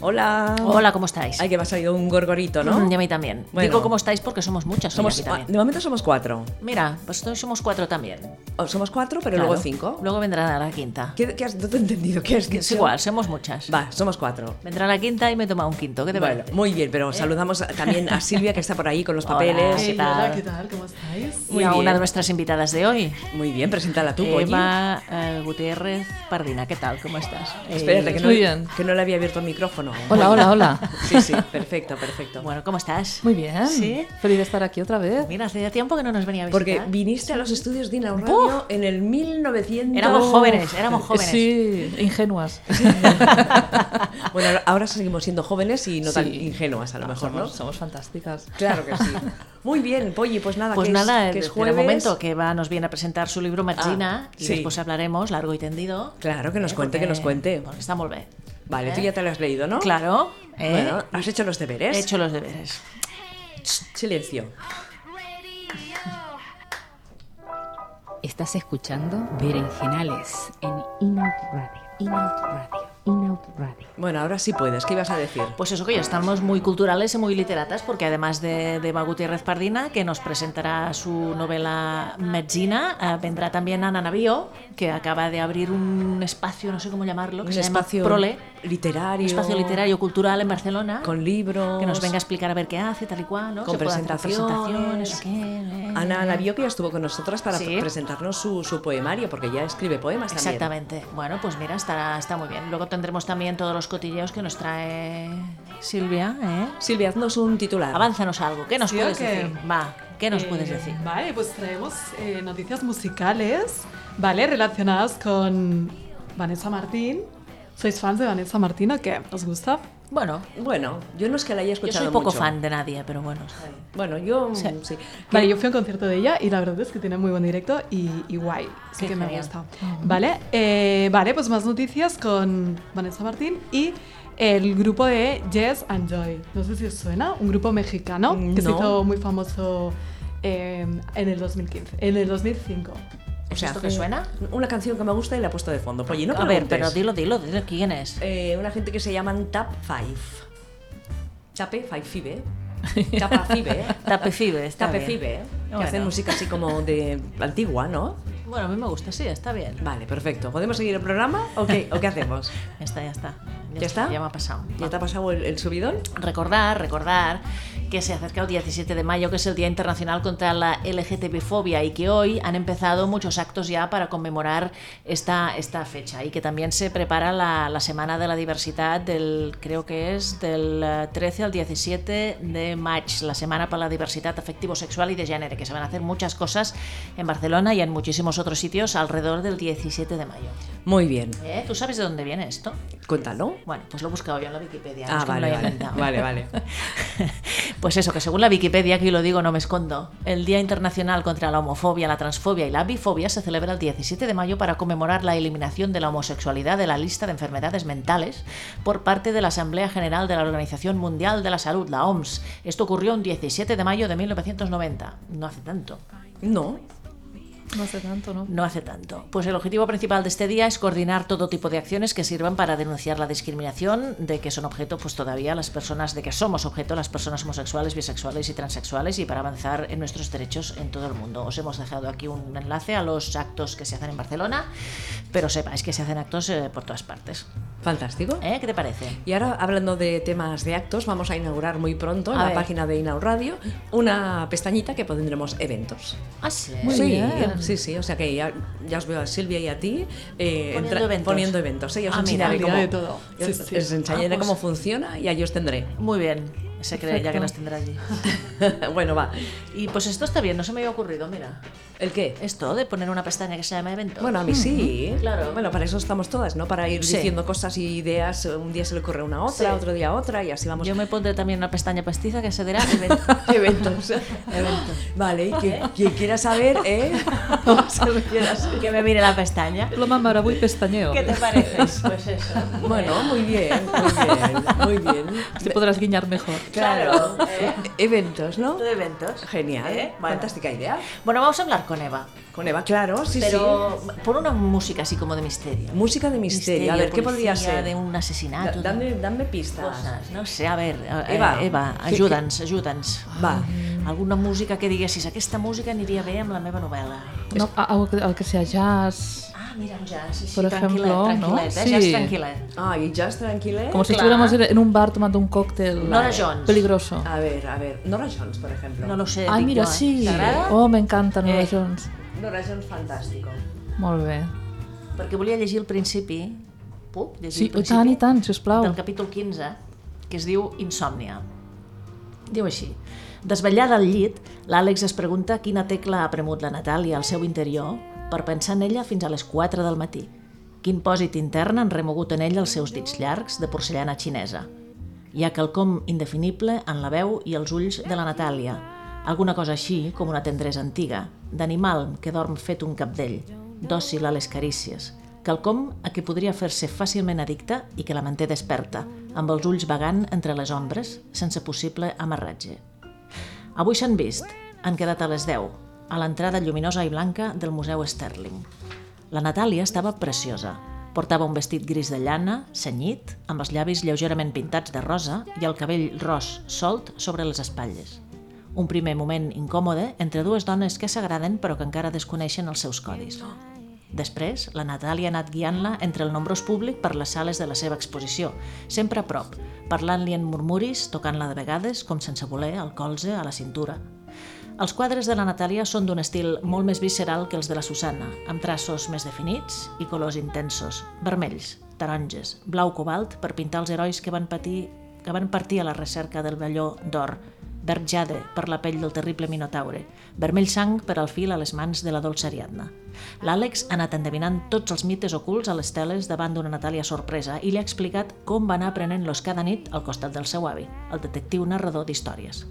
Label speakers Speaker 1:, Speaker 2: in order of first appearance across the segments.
Speaker 1: Hola.
Speaker 2: Hola, ¿cómo estáis?
Speaker 1: Ay, que me ha salido un gorgorito, ¿no?
Speaker 2: Mm, Y a mí también.
Speaker 1: Bueno.
Speaker 2: Digo cómo estáis porque somos muchas. hoy
Speaker 1: somos,
Speaker 2: aquí
Speaker 1: ah,
Speaker 2: también.
Speaker 1: de momento somos cuatro.
Speaker 2: Mira, vosotros somos cuatro también.
Speaker 1: O Somos cuatro, pero
Speaker 2: Claro.
Speaker 1: luego cinco.
Speaker 2: Luego vendrá la quinta.
Speaker 1: ¿Qué, qué has, no te he entendido. ¿Qué has
Speaker 2: Que Es
Speaker 1: dicho?
Speaker 2: igual, somos muchas.
Speaker 1: Va, somos cuatro.
Speaker 2: Vendrá la quinta y me toma un quinto. ¿Qué te
Speaker 1: Bueno,
Speaker 2: parece? Eh.
Speaker 1: muy bien, pero saludamos también a Silvia que está por ahí con los
Speaker 2: Hola.
Speaker 1: papeles.
Speaker 2: Sí.
Speaker 3: Hey,
Speaker 2: ¿Qué tal?
Speaker 3: hola, ¿qué tal? ¿Cómo estáis?
Speaker 2: Y
Speaker 1: muy
Speaker 2: a
Speaker 1: bien.
Speaker 2: una de nuestras invitadas de hoy,
Speaker 1: Muy bien, preséntala tú, Goyi.
Speaker 2: Eva eh, Gutiérrez Pardina. ¿Qué tal? ¿Cómo estás? Eh,
Speaker 1: Espérate, que no,
Speaker 3: Muy bien.
Speaker 1: que no le había abierto el micrófono.
Speaker 3: Hola, hola, hola.
Speaker 1: Sí, sí, perfecto, perfecto.
Speaker 2: Bueno, ¿cómo estás?
Speaker 3: Muy bien.
Speaker 2: Sí.
Speaker 3: Feliz de estar aquí otra vez.
Speaker 2: Mira, hace tiempo que no nos venía a visitar.
Speaker 1: Porque viniste a los estudios de Inaud Radio
Speaker 2: ¡Buf!
Speaker 1: en el 1900.
Speaker 2: Éramos jóvenes, éramos jóvenes.
Speaker 3: Sí, ingenuas.
Speaker 1: Bueno, ahora seguimos siendo jóvenes y no tan
Speaker 3: Sí.
Speaker 1: ingenuas, a lo mejor, ¿no?
Speaker 3: somos, somos fantásticas.
Speaker 1: Claro que sí. Muy bien, Polly, pues nada,
Speaker 2: Pues
Speaker 1: que
Speaker 2: nada,
Speaker 1: es, que es
Speaker 2: en el
Speaker 1: jueves.
Speaker 2: momento que Eva nos viene a presentar su libro Margina
Speaker 1: Ah,
Speaker 2: y
Speaker 1: sí.
Speaker 2: después hablaremos largo y tendido.
Speaker 1: Claro, que nos cuente,
Speaker 2: porque-
Speaker 1: que nos cuente.
Speaker 2: Porque está muy bien.
Speaker 1: Vale,
Speaker 2: pues, ¿Eh?
Speaker 1: tú ya te lo has leído, ¿no?
Speaker 2: Claro. ¿eh?
Speaker 1: Bueno, ¿has hecho los deberes?
Speaker 2: He hecho los deberes.
Speaker 1: Silencio.
Speaker 4: Estás escuchando Berenjenales en Inout Radio. Inout Radio. Inout Radio.
Speaker 1: Bueno, ahora sí puedes. ¿Qué ibas a decir?
Speaker 2: Pues eso que ya estamos muy culturales y muy literatas, porque además de, de Eva Gutiérrez Pardina, que nos presentará su novela Medgina, eh, vendrá también Ana Navío, que acaba de abrir un espacio, no sé cómo llamarlo, que
Speaker 1: Un
Speaker 2: se
Speaker 1: espacio
Speaker 2: llama Prole,
Speaker 1: literario.
Speaker 2: un espacio literario cultural en Barcelona,
Speaker 1: Con libros.
Speaker 2: que nos venga a explicar a ver qué hace, tal y cual, ¿no?
Speaker 1: Con
Speaker 2: Se puede hacer
Speaker 1: presentaciones.
Speaker 2: presentaciones, o qué, eh.
Speaker 1: Ana Navío, que ya estuvo con nosotras para
Speaker 2: Sí.
Speaker 1: presentarnos su, su poemario, porque ya escribe poemas también.
Speaker 2: Exactamente. Bueno, pues mira, estará, está muy bien. Luego tendremos también todos los cotilleos que nos trae Silvia, ¿eh?
Speaker 1: Silvia, haznos un titular.
Speaker 2: Avánzanos algo. ¿Qué nos
Speaker 3: Sí,
Speaker 2: puedes
Speaker 3: ok.
Speaker 2: decir? Va, ¿qué nos puedes
Speaker 3: Eh,
Speaker 2: decir?
Speaker 3: Vale, pues traemos eh, noticias musicales, ¿vale? Relacionadas con Vanessa Martín. ¿Sois fans de Vanessa Martín o qué? ¿Os gusta?
Speaker 2: Bueno,
Speaker 1: Bueno, yo no es que la haya
Speaker 2: yo
Speaker 1: escuchado
Speaker 2: soy poco
Speaker 1: mucho.
Speaker 2: fan de nadie, pero bueno. está bien.
Speaker 1: Bueno, yo
Speaker 2: Sí.
Speaker 1: mm, sí.
Speaker 3: Vale, yo fui a un concierto de ella y la verdad es que tiene muy buen directo y, y guay. Sí
Speaker 2: Qué
Speaker 3: que me
Speaker 2: genial.
Speaker 3: gusta. Vale, eh, vale, pues más noticias con Vanessa Martín y el grupo de Yes and Joy. No sé si os suena, un grupo mexicano
Speaker 1: Mm,
Speaker 3: que se
Speaker 1: no.
Speaker 3: hizo muy famoso eh, en el 2015, en el 2005.
Speaker 1: O
Speaker 2: ¿Es
Speaker 1: sea,
Speaker 2: esto que
Speaker 1: hace
Speaker 2: suena?
Speaker 1: Una canción que me gusta y la he puesto de fondo. Oye, no
Speaker 2: a ver,
Speaker 1: preguntes.
Speaker 2: pero dilo, dilo, dilo quién es.
Speaker 1: Eh, una gente que se llaman Tap Five. Tape Five Five. ¿eh? Tapa Five.
Speaker 2: Tapecibe, está
Speaker 1: Tape
Speaker 2: bien.
Speaker 1: Five. ¿eh? Que
Speaker 2: Bueno.
Speaker 1: hacen música así como de antigua, ¿no?
Speaker 2: Bueno, a mí me gusta, sí, está bien.
Speaker 1: Vale, perfecto. ¿Podemos seguir el programa o qué, o qué hacemos?
Speaker 2: Ya está, ya está.
Speaker 1: ¿Ya está?
Speaker 2: Ya me ha pasado.
Speaker 1: ¿Ya te ha pasado el, el subidón?
Speaker 2: recordar, recordar que se acerca el 17 de mayo, que es el Día Internacional contra la LGTB-fobia y que hoy han empezado muchos actos ya para conmemorar esta, esta fecha y que también se prepara la, la Semana de la Diversidad del, creo que es del eh, 13 al 17 de mayo, la Semana para la Diversidad Afectivo-Sexual y de Género, que se van a hacer muchas cosas en Barcelona y en muchísimos otros sitios alrededor del 17 de mayo.
Speaker 1: Muy bien.
Speaker 2: ¿Eh? ¿Tú sabes de dónde viene esto?
Speaker 1: Cuéntalo.
Speaker 2: Bueno, pues lo he buscado yo en la Wikipedia. no
Speaker 1: Ah,
Speaker 2: es que me
Speaker 1: vale,
Speaker 2: lo haya
Speaker 1: vale.
Speaker 2: inventado.
Speaker 1: Vale, vale.
Speaker 2: Pues eso, que según la Wikipedia, aquí lo digo, no me escondo, el Día Internacional contra la Homofobia, la Transfobia y la Bifobia se celebra el 17 de mayo para conmemorar la eliminación de la homosexualidad de la lista de enfermedades mentales por parte de la Asamblea General de la Organización Mundial de la Salud, la OMS. Esto ocurrió un 17 de mayo de 1990, no hace tanto.
Speaker 1: No.
Speaker 3: No sé tanto, ¿no?
Speaker 2: No hace tanto. Pues el objetivo principal de este día es coordinar todo tipo de acciones que sirvan para denunciar la discriminación de que son objeto, pues todavía las personas, de que somos objeto las personas homosexuales, bisexuales y transexuales y para avanzar en nuestros derechos en todo el mundo. Os hemos dejado aquí un enlace a los actos que se hacen en Barcelona, pero sepáis que se hacen actos eh, por todas partes.
Speaker 1: Fantástico.
Speaker 2: ¿Eh? ¿Qué te parece?
Speaker 1: Y ahora, hablando de temas de actos, vamos a inaugurar muy pronto en
Speaker 2: A
Speaker 1: la
Speaker 2: ver.
Speaker 1: página de Inaud Radio una pestañita que pondremos eventos.
Speaker 2: Ah, sí.
Speaker 3: Muy
Speaker 1: sí,
Speaker 3: bien.
Speaker 1: sí, sí, o sea que ya, ya os veo a Silvia y a ti eh,
Speaker 2: Poniendo
Speaker 1: entra-
Speaker 2: eventos.
Speaker 1: poniendo eventos. ¿eh? Ya os
Speaker 2: Ah, mira,
Speaker 1: enseñaré
Speaker 3: el día
Speaker 1: cómo,
Speaker 3: de todo.
Speaker 1: ya
Speaker 3: Sí,
Speaker 1: os-
Speaker 3: sí.
Speaker 1: os enseñaré
Speaker 2: Ah, pues-
Speaker 1: cómo funciona y allí os tendré.
Speaker 2: Muy bien. Se cree ya que nos tendrá allí.
Speaker 1: bueno, va.
Speaker 2: Y pues esto está bien, no se me había ocurrido, mira.
Speaker 1: ¿El qué?
Speaker 2: Esto de poner una pestaña que se llama eventos.
Speaker 1: Bueno, a mí sí.
Speaker 2: Claro.
Speaker 1: Bueno, para eso estamos todas, ¿no? Para ir
Speaker 2: Sí.
Speaker 1: diciendo cosas y ideas. Un día se le ocurre una a otra,
Speaker 2: Sí.
Speaker 1: otro día a otra y así vamos.
Speaker 2: Yo me pondré también una pestaña postiza que se dirá evento.
Speaker 1: Eventos. Vale, y que- quien quiera saber, ¿eh? Vamos a ver así.
Speaker 2: que me mire la pestaña.
Speaker 3: Lo más maravilla y pestañeo.
Speaker 2: ¿Qué te parece? Pues eso. Eh,
Speaker 1: Bueno, muy bien, muy bien, muy bien.
Speaker 3: podrás guiñar mejor.
Speaker 1: Claro.
Speaker 5: ¿eh?
Speaker 1: Eventos, ¿no?
Speaker 5: De eventos.
Speaker 1: Genial.
Speaker 5: ¿eh? Bueno,
Speaker 1: Fantástica idea.
Speaker 2: Bueno, vamos a hablar con Eva,
Speaker 1: Con Eva, claro, sí,
Speaker 2: pero por una música así como de misterio.
Speaker 1: sí. Música de misterio. A ver, ¿qué podría
Speaker 2: policía,
Speaker 1: ser?
Speaker 2: De un
Speaker 1: Da-
Speaker 2: asesinato.
Speaker 1: dame, dame
Speaker 2: de
Speaker 1: pistas.
Speaker 2: Cosas, no sé, a ver, eh,
Speaker 1: Eva.
Speaker 2: Eva, Eva
Speaker 1: Sí,
Speaker 2: ajuda'ns, ajuda'ns.
Speaker 1: Va.
Speaker 2: Alguna música que diguessis, aquesta música aniria bé amb la meva novel·la.
Speaker 6: No, algo, que- algo que sea jazz,
Speaker 2: Ah, mira, ja, sí, sí,
Speaker 6: Por
Speaker 2: tranquil·let,
Speaker 6: ejemplo,
Speaker 2: tranquil·let,
Speaker 6: ¿no?
Speaker 2: eh, ja
Speaker 6: Sí.
Speaker 2: és tranquil·let.
Speaker 1: Ah, y Jazz Tranquile.
Speaker 6: como si
Speaker 2: Claro.
Speaker 6: estuviéramos en un bar tomando un cóctel
Speaker 2: Eh, Nora
Speaker 6: eh,
Speaker 2: Jones. Ah,
Speaker 6: peligroso.
Speaker 1: A ver, a ver. Nora Jones, por ejemplo.
Speaker 2: No lo sé,
Speaker 6: Ai,
Speaker 2: dic
Speaker 6: mira,
Speaker 2: jo, eh.
Speaker 6: sí.
Speaker 2: T'agrada?
Speaker 6: Oh, m'encanta Nora
Speaker 2: Eh.
Speaker 6: Jones.
Speaker 1: Nora Jones, fantástico.
Speaker 6: Molt bé.
Speaker 2: Perquè volia llegir el principi, puc llegir
Speaker 6: Sí,
Speaker 2: el
Speaker 6: i
Speaker 2: principi?
Speaker 6: tant, i tant, sisplau.
Speaker 2: pues del capítol 15, que es diu Insòmnia. Diu així. Desvetllada al llit, l'Àlex es pregunta quina tecla ha premut la Natàlia al seu interior per pensar en ella fins a les 4 del matí. Quin pòsit intern han remogut en ell els seus dits llargs de porcellana xinesa. Hi ha quelcom indefinible en la veu i els ulls de la Natàlia, alguna cosa així com una tendresa antiga, d'animal que dorm fet un capdell, dòcil a les carícies, quelcom a què podria fer-se fàcilment addicta i que la manté desperta, amb els ulls vagant entre les ombres, sense possible amarratge. Avui s'han vist, han quedat a les 10, a l'entrada lluminosa i blanca del Museu Sterling. La Natàlia estava preciosa. Portava un vestit gris de llana, cenyit, amb els llavis lleugerament pintats de rosa i el cabell ros solt sobre les espatlles. Un primer moment incòmode entre dues dones que s'agraden però que encara desconeixen els seus codis. Després, la Natàlia ha anat guiant-la entre el nombrós públic per les sales de la seva exposició, sempre a prop, parlant-li en murmuris, tocant-la de vegades, com sense voler, al colze, a la cintura. Els quadres de la Natàlia són d'un estil molt més visceral que els de la Susana, amb traços més definits i colors intensos, vermells, taronges, blau cobalt per pintar els herois que van patir que van partir a la recerca del velló d'or, verd jade per la pell del terrible Minotaure, vermell sang per al fil a les mans de la dolça Ariadna. L'Àlex ha anat endevinant tots els mites ocults a les teles davant d'una Natàlia sorpresa i li ha explicat com va anar aprenent-los cada nit al costat del seu avi, el detectiu narrador d'històries.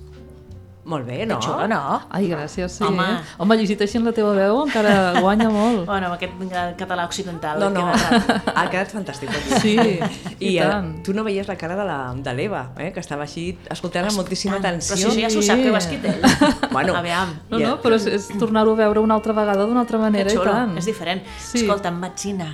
Speaker 1: Molt bé, no?
Speaker 2: Xulo, no?
Speaker 6: Ai, gràcies, sí.
Speaker 2: Home.
Speaker 6: eh? Home, llegit així en la teva veu encara guanya molt.
Speaker 2: Bueno, amb aquest eh, català occidental.
Speaker 1: No, no,
Speaker 2: que m'agrada.
Speaker 1: ha quedat fantàstic.
Speaker 6: Sí,
Speaker 1: I, eh,
Speaker 6: i, tant.
Speaker 1: tu no veies la cara de la- de l'Eva, eh, que estava així escoltant amb moltíssima
Speaker 2: Tant,
Speaker 1: atenció.
Speaker 2: Però si això ja s'ho sap que ho ha escrit ell.
Speaker 1: Bueno.
Speaker 2: Aviam.
Speaker 6: No,
Speaker 1: Ja.
Speaker 6: no, però és, és tornar-ho a veure una altra vegada d'una altra manera,
Speaker 2: Que
Speaker 6: i
Speaker 2: xulo,
Speaker 6: tant.
Speaker 2: és diferent.
Speaker 6: Sí.
Speaker 2: Sí. Escolta, Matzina,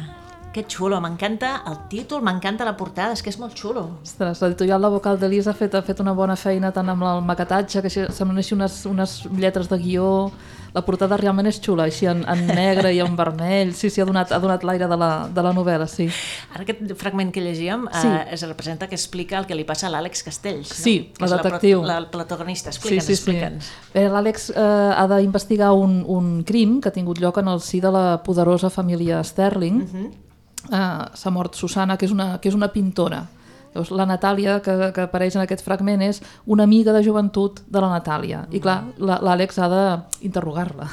Speaker 2: que xulo, m'encanta el títol, m'encanta la portada, és que és molt xulo.
Speaker 6: Ostres, l'editorial La Vocal de Lisa ha fet, ha fet una bona feina tant amb el maquetatge, que així semblen així unes, unes lletres de guió, la portada realment és xula, així en, en negre i en vermell, sí, sí, ha donat, ha donat l'aire de la, de la novel·la, sí.
Speaker 2: Ara aquest fragment que llegíem
Speaker 6: Sí.
Speaker 2: sí. eh, es representa que explica el que li passa a l'Àlex Castells. No?
Speaker 6: Sí,
Speaker 2: Que és
Speaker 6: la
Speaker 2: pro-
Speaker 6: detectiu.
Speaker 2: La, la protagonista, explica'ns, sí, sí, explica'ns. Sí.
Speaker 6: Bé, L'Àlex eh, ha d'investigar un, un crim que ha tingut lloc en el si de la poderosa família Sterling. eh, S'ha mort Susana, que és una, que és una pintora. Llavors, la Natàlia, que, que apareix en aquest fragment, és una amiga de joventut de la Natàlia. I clar, la- l'Àlex ha d'interrogar-la.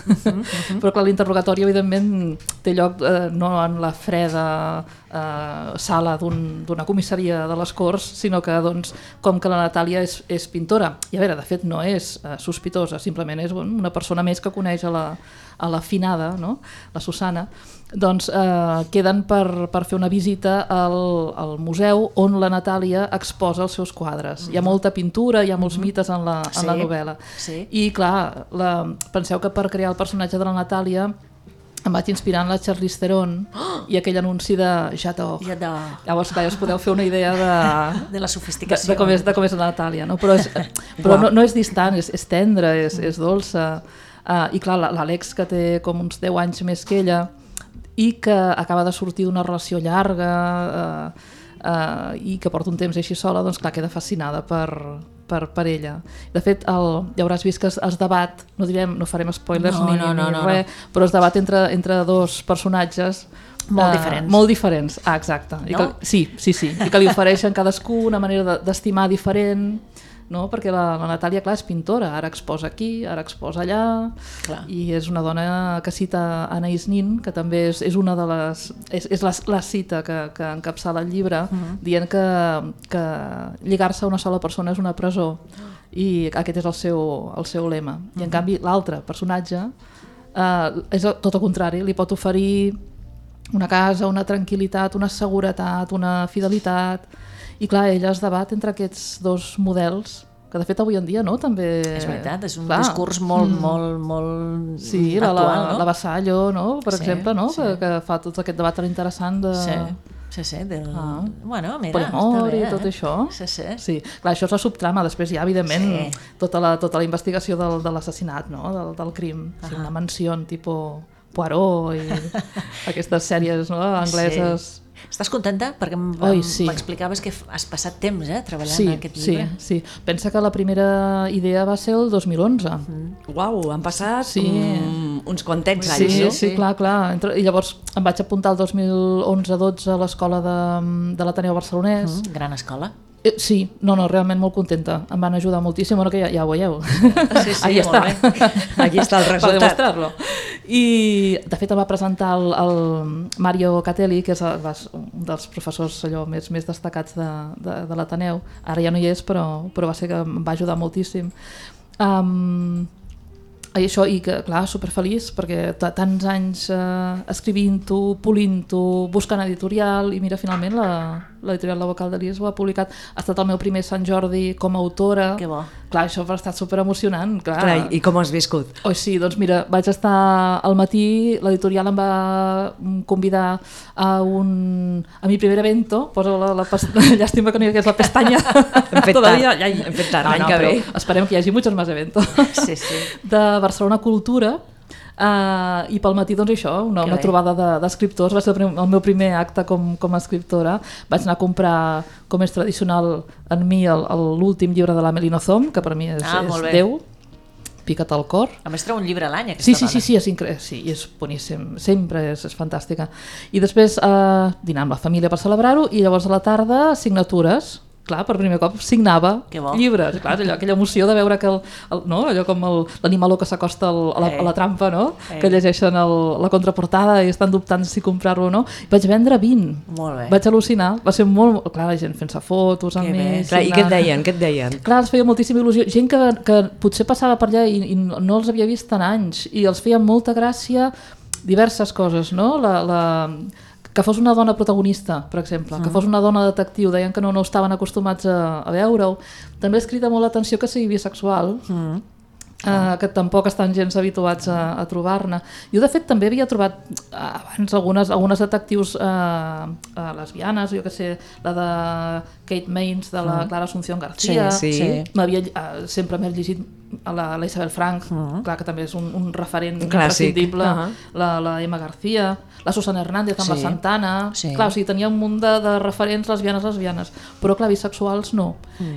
Speaker 6: Però clar, l'interrogatori, evidentment, té lloc eh, no en la freda eh, sala d'un- d'una comissaria de les Corts, sinó que, doncs, com que la Natàlia és, és pintora, i a veure, de fet, no és eh, sospitosa, simplement és bueno, una persona més que coneix a la, a la finada, no? la Susana, doncs eh, queden per, per fer una visita al, al museu on la Natàlia exposa els seus quadres. Hi ha molta pintura, hi ha molts mites en la, en la
Speaker 2: Mhm. Sí,
Speaker 6: novel·la.
Speaker 2: sí.
Speaker 6: I clar, la, penseu que per crear el personatge de la Natàlia em vaig inspirar en la Charlize Theron i aquell anunci de J'adore.
Speaker 2: Ja de,
Speaker 6: Llavors, clar, ja us podeu fer una idea de,
Speaker 2: de la
Speaker 6: de,
Speaker 2: sofisticació.
Speaker 6: de, com és, de com és la Natàlia, no? però, és, però no, no és distant, és, és tendra, és, és dolça. Uh, I clar, la- l'Àlex, que té com uns 10 anys més que ella i que acaba de sortir d'una relació llarga uh, uh, i que porta un temps així sola, doncs clar, queda fascinada per, per, per ella. De fet, el, ja hauràs vist que es, es debat, no direm, no farem spoilers
Speaker 2: No,
Speaker 6: ni,
Speaker 2: no, no,
Speaker 6: ni
Speaker 2: no,
Speaker 6: res, no. però es debat entre, entre dos personatges
Speaker 2: Molt
Speaker 6: eh,
Speaker 2: diferents.
Speaker 6: Molt diferents, ah, exacte. I
Speaker 2: No?
Speaker 6: que, sí, sí, sí. I que li ofereixen cadascú una manera de- d'estimar diferent, no? perquè la, la Natàlia, clar, és pintora, ara exposa aquí, ara exposa allà,
Speaker 2: Clar.
Speaker 6: i és una dona que cita Anaïs Nin, que també és, és una de les... és, és la, la cita que, que encapçala el llibre,
Speaker 2: Mhm.
Speaker 6: dient que, que lligar-se a una sola persona és una presó, i aquest és el seu, el seu lema. I
Speaker 2: Mhm.
Speaker 6: en canvi l'altre personatge eh, és el- tot el contrari, li pot oferir una casa, una tranquil·litat, una seguretat, una fidelitat. I clar, ella es debat entre aquests dos models que de fet avui en dia no, també...
Speaker 2: És veritat, és un Clar. discurs molt, molt, molt
Speaker 6: Mm. Sí,
Speaker 2: actual,
Speaker 6: la, la,
Speaker 2: no?
Speaker 6: la Vassallo, no? per
Speaker 2: Sí,
Speaker 6: exemple, no?
Speaker 2: sí.
Speaker 6: que, que fa tot aquest debat tan interessant de...
Speaker 2: Sí, sí, sí del...
Speaker 6: Ah.
Speaker 2: Bueno, mira,
Speaker 6: Poliamor
Speaker 2: està bé,
Speaker 6: i tot
Speaker 2: eh?
Speaker 6: això.
Speaker 2: Sí, sí.
Speaker 6: Sí, clar, això és la subtrama, després hi ha, evidentment,
Speaker 2: Sí.
Speaker 6: tota, la, tota la investigació del, de l'assassinat, no? del, del crim. Uh -huh. sí, una mansió en tipus Poirot i aquestes sèries no?
Speaker 2: Sí.
Speaker 6: angleses.
Speaker 2: Estàs contenta? Perquè em-
Speaker 6: Oi,
Speaker 2: em-
Speaker 6: sí.
Speaker 2: m'explicaves que f- has passat temps eh, treballant en aquest
Speaker 6: sí,
Speaker 2: llibre.
Speaker 6: sí. Pensa que la primera idea va ser el 2011.
Speaker 2: Mm,
Speaker 1: Uau, han passat
Speaker 6: Sí.
Speaker 1: mm, uns quants
Speaker 6: Sí,
Speaker 1: anys, no?
Speaker 6: sí, sí, clar, clar. Entre, I llavors em vaig apuntar el 2011-12 a l'escola de, de l'Ateneu Barcelonès.
Speaker 2: Mm, Gran escola.
Speaker 6: Eh, Sí, no, no, realment molt contenta. Em van ajudar moltíssim, bueno, que ja, ja ho veieu.
Speaker 2: Sí, sí,
Speaker 6: Ahí
Speaker 2: molt
Speaker 6: està.
Speaker 1: bé. Aquí està el resultat.
Speaker 6: Per demostrar-lo. I, de fet, em va presentar el, el Mario Catelli, que és el, va ser un dels professors allò més, més destacats de, de, de l'Ateneu. Ara ja no hi és, però, però va ser que em va ajudar moltíssim. Um, i això, i que, clar, superfeliç, perquè ta- tants anys eh, escrivint-ho, polint-ho, buscant editorial, i mira, finalment la- l'editorial La Vocal de Lies ho ha publicat. Ha estat el meu primer Sant Jordi com a autora.
Speaker 2: Que bo.
Speaker 6: Clar, això ha estat superemocionant, clar.
Speaker 1: Clar, I com has viscut?
Speaker 6: Oi, sí, doncs mira, vaig estar al matí, l'editorial em va mm, convidar a un... a mi primer evento, posa la, la pes- llàstima que no hi hagués la pestanya.
Speaker 1: Hem fet
Speaker 6: Todavía,
Speaker 1: tard. Hem fet tard,
Speaker 6: No,
Speaker 1: l'any
Speaker 6: no,
Speaker 1: que
Speaker 6: però
Speaker 1: ve.
Speaker 6: Esperem que hi hagi muchos más eventos
Speaker 2: Sí, sí.
Speaker 6: de Barcelona Cultura uh, i pel matí doncs això, una,
Speaker 2: Que
Speaker 6: una
Speaker 2: bé.
Speaker 6: trobada de- d'escriptors, va ser el, prim, el meu primer acte com, com a escriptora vaig anar a comprar, com és tradicional en mi, el- el- l'últim llibre de la Melinozom, que per mi és,
Speaker 2: Ah, molt
Speaker 6: és
Speaker 2: bé.
Speaker 6: Déu pica't al cor
Speaker 2: A més, treu un llibre a l'any, aquesta
Speaker 6: Sí, sí,
Speaker 2: dona.
Speaker 6: sí, sí, és incre... sí, és boníssim, sempre és, és fantàstica. I després eh, dinar amb la família per celebrar-ho i llavors a la tarda signatures, clar, per primer cop signava
Speaker 2: Que bo.
Speaker 6: llibres, clar, allò, aquella emoció de veure que el, el, no? allò com el- l'animaló que s'acosta al- a, la,
Speaker 2: Eh.
Speaker 6: a la trampa, no?
Speaker 2: Ei.
Speaker 6: que llegeixen el, la contraportada i estan dubtant si comprar-lo o no. Vaig vendre 20,
Speaker 2: Molt bé.
Speaker 6: vaig al·lucinar, va ser molt... Clar, la gent fent-se fotos amb
Speaker 2: Que bé.
Speaker 6: mi,
Speaker 1: Clar, I què et deien? Què et deien?
Speaker 6: Clar, els feia moltíssima il·lusió. Gent que, que potser passava per allà i, i no els havia vist en anys i els feia molta gràcia diverses coses, no? La, la, que fos una dona protagonista, per exemple, que fos una dona detectiu, deien que no, no estaven acostumats a, a veure-ho. També es crida molt l'atenció que sigui bisexual, eh, que tampoc estan gens habituats a, a trobar-ne. Jo, de fet, també havia trobat eh, abans algunes, algunes detectius eh, eh, lesbianes, jo que sé, la de Kate Mains, de la Clara Asunción García.
Speaker 1: Sí, sí.
Speaker 6: M'havia, eh, sempre m'he llegit a la, la Isabel Frank, clar, que també és un, un referent
Speaker 1: clàssic.
Speaker 6: imprescindible,
Speaker 1: Ahà.
Speaker 6: la, la Emma García, la Susana Hernández amb
Speaker 2: Sí.
Speaker 6: la Santana...
Speaker 2: Sí.
Speaker 6: Clar, o sigui, tenia un munt de, de referents lesbianes, lesbianes, però clar, bisexuals no.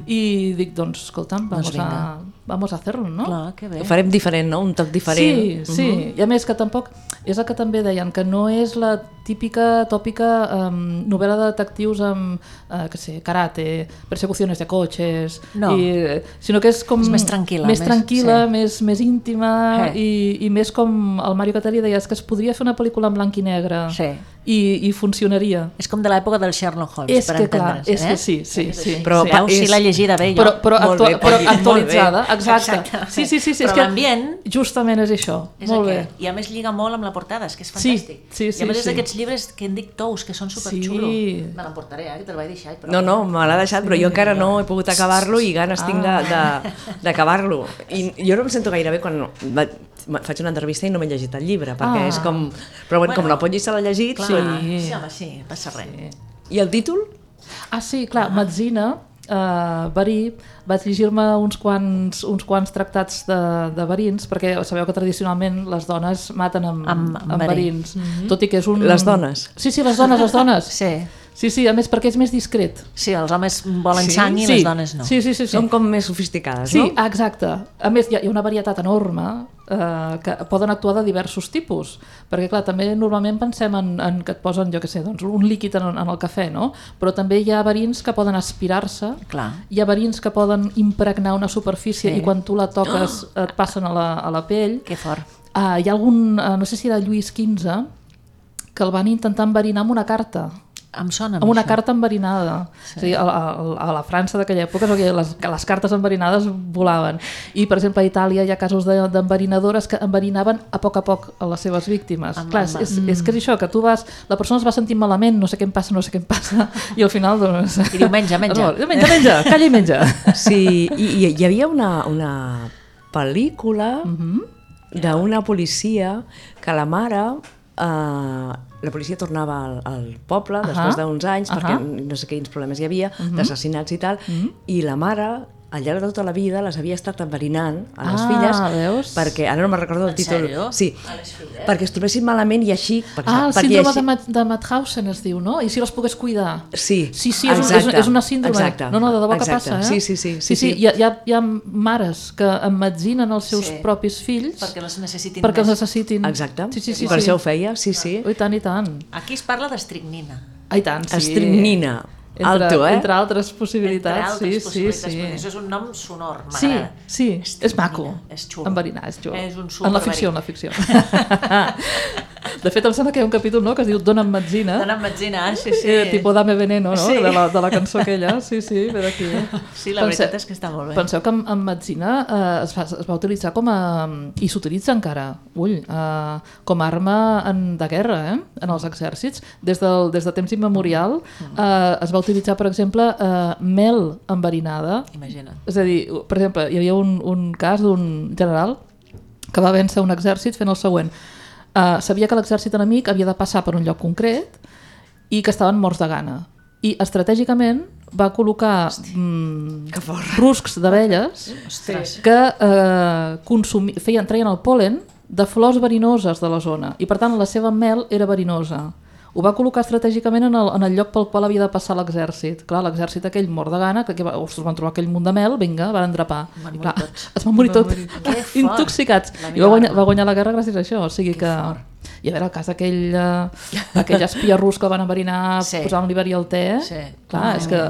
Speaker 6: I dic, doncs, escolta'm, vamos, a, vamos a hacerlo, no?
Speaker 2: Clar, que bé.
Speaker 1: Ho farem diferent, no? Un toc diferent. Mhm.
Speaker 6: Sí, sí.
Speaker 2: Uh-huh.
Speaker 6: I a més que tampoc... És el que també deien, que no és la típica, tòpica um, novel·la de detectius amb, uh, que sé, karate, persecuciones de cotxes...
Speaker 2: No.
Speaker 6: I, eh, sinó que és com...
Speaker 2: És més tranquil·la,
Speaker 6: Més
Speaker 2: més-
Speaker 6: tranquil·la,
Speaker 2: sí.
Speaker 6: més, més íntima
Speaker 2: Eh.
Speaker 6: i, i més com el Mario Catari deia, és que es podria fer una pel·lícula en blanc i negre
Speaker 2: Sí.
Speaker 6: i, i funcionaria.
Speaker 2: És com de l'època del Sherlock Holmes,
Speaker 6: És
Speaker 2: per
Speaker 6: que clar,
Speaker 2: entendre's.
Speaker 6: és
Speaker 2: eh?
Speaker 6: que sí, sí, sí.
Speaker 2: Però
Speaker 1: sí.
Speaker 2: Veus si
Speaker 1: És-
Speaker 2: l'ha llegida bé, jo.
Speaker 6: Però, però,
Speaker 1: Molt
Speaker 6: actua
Speaker 1: bé,
Speaker 6: però
Speaker 1: Patti, molt
Speaker 6: actualitzada,
Speaker 2: bé.
Speaker 6: exacte.
Speaker 2: Exacte.
Speaker 6: Sí, sí, sí, sí
Speaker 2: Però
Speaker 6: és que
Speaker 2: l'ambient-
Speaker 6: Justament és això.
Speaker 2: És
Speaker 6: Molt bé.
Speaker 2: aquest. I a més lliga molt amb la portada, és que és
Speaker 6: Sí,
Speaker 2: fantàstic.
Speaker 6: sí,
Speaker 2: I
Speaker 6: sí,
Speaker 2: a més és
Speaker 6: sí.
Speaker 2: d'aquests llibres que en dic tous, que són superxulos.
Speaker 6: Sí.
Speaker 2: Me l'emportaré, eh, que te'l vaig deixar. Però...
Speaker 1: No, no, me l'ha deixat, però jo encara no he pogut acabar-lo i ganes tinc de- de- d'acabar-lo. I jo no em sento gaire bé quan va- me- faig una entrevista i no m'he llegit el llibre, perquè
Speaker 6: Ah.
Speaker 1: és com... Però bueno, com
Speaker 2: Bueno.
Speaker 1: la Polly se l'ha llegit...
Speaker 2: Clar,
Speaker 1: Sí.
Speaker 2: sí. home, sí, passa res.
Speaker 1: I el títol?
Speaker 6: Ah, sí, clar, Metzina, eh, Verí, vaig llegir-me uns quants, uns quants tractats de, de verins, perquè sabeu que tradicionalment les dones maten amb,
Speaker 2: Amb- amb verí. Mhm.
Speaker 6: verins, tot i que és un...
Speaker 1: Les dones.
Speaker 6: Sí, sí, les dones, les dones.
Speaker 2: Sí.
Speaker 6: Sí, sí, a més perquè és més discret.
Speaker 2: Sí, els homes volen
Speaker 1: Sí?
Speaker 2: sang i
Speaker 6: sí.
Speaker 2: les dones no.
Speaker 6: Sí, sí, sí. sí.
Speaker 1: Som com més sofisticades,
Speaker 6: Sí,
Speaker 1: no?
Speaker 6: ah, exacte. A més, hi ha, hi ha una varietat enorme eh, que poden actuar de diversos tipus, perquè clar, també normalment pensem en, en que et posen, jo que sé, doncs, un líquid en, en el cafè, no? Però també hi ha verins que poden aspirar-se,
Speaker 2: Clar.
Speaker 6: hi ha verins que poden impregnar una superfície
Speaker 2: Sí.
Speaker 6: i quan tu la toques et passen a la, a la pell.
Speaker 2: Que fort.
Speaker 6: Ah, hi ha algun, eh, no sé si era Lluís XV, que el van intentar enverinar amb una carta.
Speaker 2: Em sona
Speaker 6: amb una
Speaker 2: això.
Speaker 6: carta enverinada. Sí. O sigui, a, a, a la França d'aquella època és el que les, que les cartes enverinades volaven. I, per exemple, a Itàlia hi ha casos de- d'enverinadores que enverinaven a poc a poc a les seves víctimes.
Speaker 2: Amb-
Speaker 6: Clar,
Speaker 2: amb-
Speaker 6: és, és que és això, que tu vas... La persona es va sentir malament, no sé què em passa, no sé què em passa, i al final, doncs...
Speaker 2: I diu, menja, menja.
Speaker 6: No, menja, menja, calla i menja.
Speaker 1: Sí, i, i hi havia una, una pel·lícula
Speaker 6: Mm-hmm.
Speaker 1: d'una policia que la mare... Eh, la policia tornava al, al poble
Speaker 6: Ahà.
Speaker 1: després d'uns anys
Speaker 6: Ahà. Mm-hmm.
Speaker 1: perquè no sé quins problemes hi havia, d'assassinats i tal, i la mare al llarg de tota la vida les havia estat enverinant a les
Speaker 6: Ah,
Speaker 1: filles
Speaker 6: veus?
Speaker 1: perquè, ara no me'n recordo el
Speaker 2: En
Speaker 1: títol
Speaker 2: sèrio?
Speaker 1: sí, perquè es trobessin malament i així perquè,
Speaker 6: Ah, el
Speaker 1: perquè
Speaker 6: síndrome
Speaker 1: així,
Speaker 6: de, Mat de Mauthausen es diu, no? I si les pogués cuidar.
Speaker 1: Sí,
Speaker 6: sí, sí és, un, és,
Speaker 1: exacte,
Speaker 6: és una síndrome.
Speaker 1: exacte,
Speaker 6: no, no, de debò
Speaker 1: exacte.
Speaker 6: que passa, eh?
Speaker 1: Sí, sí, sí,
Speaker 6: sí,
Speaker 1: sí,
Speaker 6: sí.
Speaker 1: sí.
Speaker 6: Hi, ha, hi, ha, hi ha mares que emmetzinen els seus
Speaker 2: Sí.
Speaker 6: propis fills
Speaker 2: Perquè les necessitin
Speaker 6: perquè els
Speaker 2: més.
Speaker 6: necessitin.
Speaker 1: exacte,
Speaker 6: Mm. Sí, sí, sí.
Speaker 1: per
Speaker 6: sí.
Speaker 1: això ho feia sí, sí,
Speaker 6: Oh, I tant, i tant.
Speaker 2: Aquí es parla d'estricnina.
Speaker 6: Ah, i tant, sí.
Speaker 1: Estricnina.
Speaker 6: Entre,
Speaker 1: Alto, eh?
Speaker 6: Entre altres
Speaker 2: Entre
Speaker 6: possibilitats,
Speaker 2: altres
Speaker 6: sí,
Speaker 2: possibilitats,
Speaker 6: sí,
Speaker 2: perquè
Speaker 6: sí.
Speaker 2: Això és un nom sonor,
Speaker 6: Sí,
Speaker 2: m'agrada.
Speaker 6: sí, és
Speaker 2: Estricnina,
Speaker 6: maco.
Speaker 2: És xulo.
Speaker 6: Enverinar, és xulo.
Speaker 2: És un
Speaker 6: en la ficció, en la ficció. de fet, em sembla que hi ha un capítol no, que es diu Dona Metzina.
Speaker 2: Dona metzina, ah, sí, sí.
Speaker 6: Eh, tipo Dame Veneno, no?
Speaker 2: Sí.
Speaker 6: Sí. De, la, de la cançó aquella. Sí, sí, ve d'aquí.
Speaker 2: Sí, la veritat és que està molt bé.
Speaker 6: Penseu que en, en medicina eh, es, va, es va utilitzar com a... i s'utilitza encara, ull, eh, com a arma en, de guerra, eh? En els exèrcits. Des, del, des de temps immemorial eh, es va utilitzar, per exemple, eh, mel enverinada
Speaker 2: Imagina't.
Speaker 6: és a dir, per exemple, hi havia un, un cas d'un general que va vèncer un exèrcit fent el següent. Uh, sabia que l'exèrcit enemic havia de passar per un lloc concret i que estaven morts de gana. I estratègicament va col·locar mm, ruscs d'abelles
Speaker 2: Ostres.
Speaker 6: que eh, consumi, feien, treien el polen de flors verinoses de la zona i per tant la seva mel era verinosa ho va col·locar estratègicament en el, en el lloc pel qual havia de passar l'exèrcit. Clar, l'exèrcit aquell mor de gana, que, que va, ostres, van trobar aquell munt de mel, vinga, van endrapar.
Speaker 2: Van
Speaker 6: I
Speaker 2: morir
Speaker 6: clar,
Speaker 2: tots.
Speaker 6: es van morir
Speaker 3: Van
Speaker 6: tot,
Speaker 3: morir
Speaker 2: tots. Que fort.
Speaker 6: intoxicats.
Speaker 2: La
Speaker 6: I va
Speaker 2: millor
Speaker 6: guanyar,
Speaker 2: arma.
Speaker 6: va guanyar la guerra gràcies a això. O sigui que... I a veure, el cas d'aquell eh, aquell espia rus que el van enverinar
Speaker 2: Sí.
Speaker 6: sí. posant l'Iberi al té,
Speaker 2: Sí.
Speaker 6: clar, és que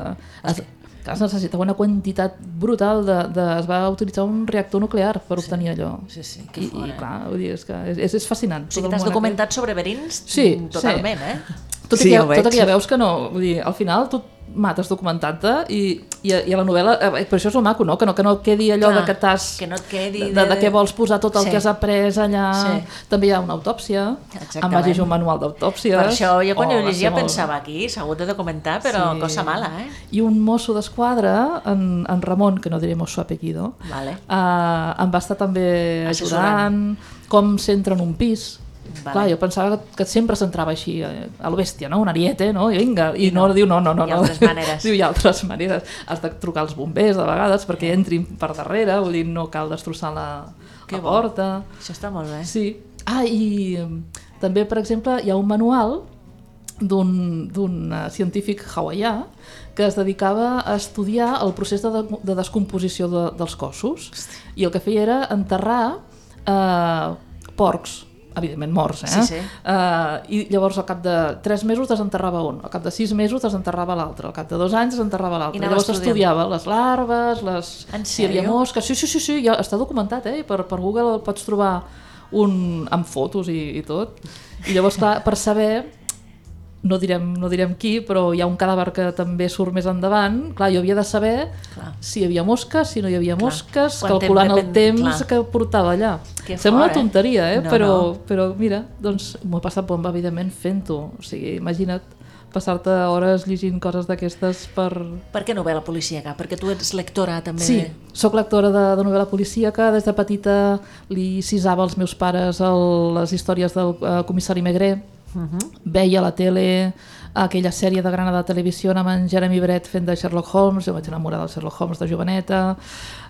Speaker 6: es, clar, es necessitava una quantitat brutal de, de... Es va utilitzar un reactor nuclear per obtenir allò.
Speaker 2: Sí, sí, que
Speaker 6: I,
Speaker 2: fort,
Speaker 6: I
Speaker 2: eh?
Speaker 6: clar, vull dir, és que és, és, és fascinant.
Speaker 2: O sigui,
Speaker 6: tot el
Speaker 2: t'has
Speaker 6: món aquest.
Speaker 2: documentat sobre verins
Speaker 6: Sí,
Speaker 2: mm,
Speaker 6: sí.
Speaker 2: totalment, eh?
Speaker 6: Tot,
Speaker 1: Sí,
Speaker 6: i que,
Speaker 1: ja ho
Speaker 6: tot i
Speaker 1: veig.
Speaker 6: que ja veus que no, vull dir, al final tu mates documentant-te i, i, a- i a la novel·la, eh, per això és el maco, no? Que no, que no quedi allò
Speaker 2: Clar,
Speaker 6: de que t'has...
Speaker 2: que no et quedi
Speaker 6: De,
Speaker 2: de-
Speaker 6: de, de què vols posar tot el
Speaker 2: Sí.
Speaker 6: sí. que has après allà.
Speaker 2: Sí.
Speaker 6: Sí. També hi ha una autòpsia.
Speaker 2: Exactament.
Speaker 6: Em vaig llegir un manual d'autòpsies.
Speaker 2: Per això jo quan
Speaker 6: Oh,
Speaker 2: ho
Speaker 6: va
Speaker 2: llegia
Speaker 6: ser molt-
Speaker 2: pensava aquí, s'ha hagut de documentar, però
Speaker 6: Sí.
Speaker 2: cosa mala, eh?
Speaker 6: I un mosso d'esquadra, en, en Ramon, que no diremos su apellido,
Speaker 2: Vale.
Speaker 6: eh, em va estar també
Speaker 2: Assessorant.
Speaker 6: ajudant, com s'entra en un pis.
Speaker 2: Vale.
Speaker 6: Clar, jo pensava que, que sempre s'entrava així, eh, a lo bèstia, no? Un ariete, no? I vinga, i, no, diu no, no, no.
Speaker 2: Hi ha
Speaker 6: no.
Speaker 2: altres maneres.
Speaker 6: diu, hi ha altres maneres. Has de trucar als bombers de vegades perquè entrin per darrere, vull dir, no cal destrossar la,
Speaker 2: Que
Speaker 6: la
Speaker 2: bo.
Speaker 6: porta.
Speaker 2: Això està molt bé.
Speaker 6: Sí. Ah, i eh, també, per exemple, hi ha un manual d'un d'un, eh, científic hawaià que es dedicava a estudiar el procés de, de, de descomposició de, dels cossos i el que feia era enterrar eh, porcs, evidentment morts, eh?
Speaker 2: Sí, sí.
Speaker 6: Eh, I llavors al cap de 3 mesos desenterrava un, al cap de 6 mesos desenterrava l'altre, al cap de 2 anys desenterrava
Speaker 2: I
Speaker 6: l'altre.
Speaker 2: anava
Speaker 6: Llavors
Speaker 2: estudiant.
Speaker 6: estudiava les larves, les...
Speaker 2: En
Speaker 6: si hi havia
Speaker 2: sèrio?
Speaker 6: mosques, sí, sí, sí, sí ja està documentat, eh? Per, per Google el pots trobar un, amb fotos i, i tot. I llavors, clar, per saber, no direm, no direm qui, però hi ha un cadàver que també surt més endavant, clar, jo havia de saber
Speaker 2: Clar.
Speaker 6: si hi havia mosques, si no hi havia
Speaker 2: Clar.
Speaker 6: mosques,
Speaker 2: Quan
Speaker 6: calculant
Speaker 2: temps
Speaker 6: el
Speaker 2: depèn-
Speaker 6: temps
Speaker 2: clar.
Speaker 6: que portava allà.
Speaker 2: Que
Speaker 6: Sembla
Speaker 2: fort,
Speaker 6: una
Speaker 2: eh?
Speaker 6: tonteria, eh?
Speaker 2: No,
Speaker 6: però,
Speaker 2: no.
Speaker 6: però mira, doncs m'ho he passat bomba, evidentment, fent-ho. O sigui, imagina't passar-te hores llegint coses d'aquestes per,
Speaker 2: Per què novel·la policíaca? Perquè tu ets lectora, també.
Speaker 6: Sí, sóc lectora de, de novel·la policíaca, des de petita li cisava als meus pares el, les històries del uh, comissari Maigret, uh -huh.
Speaker 2: Mhm.
Speaker 6: veia a la tele aquella sèrie de Granada Televisió amb en Jeremy Brett fent de Sherlock Holmes, jo vaig enamorar del Sherlock Holmes de joveneta,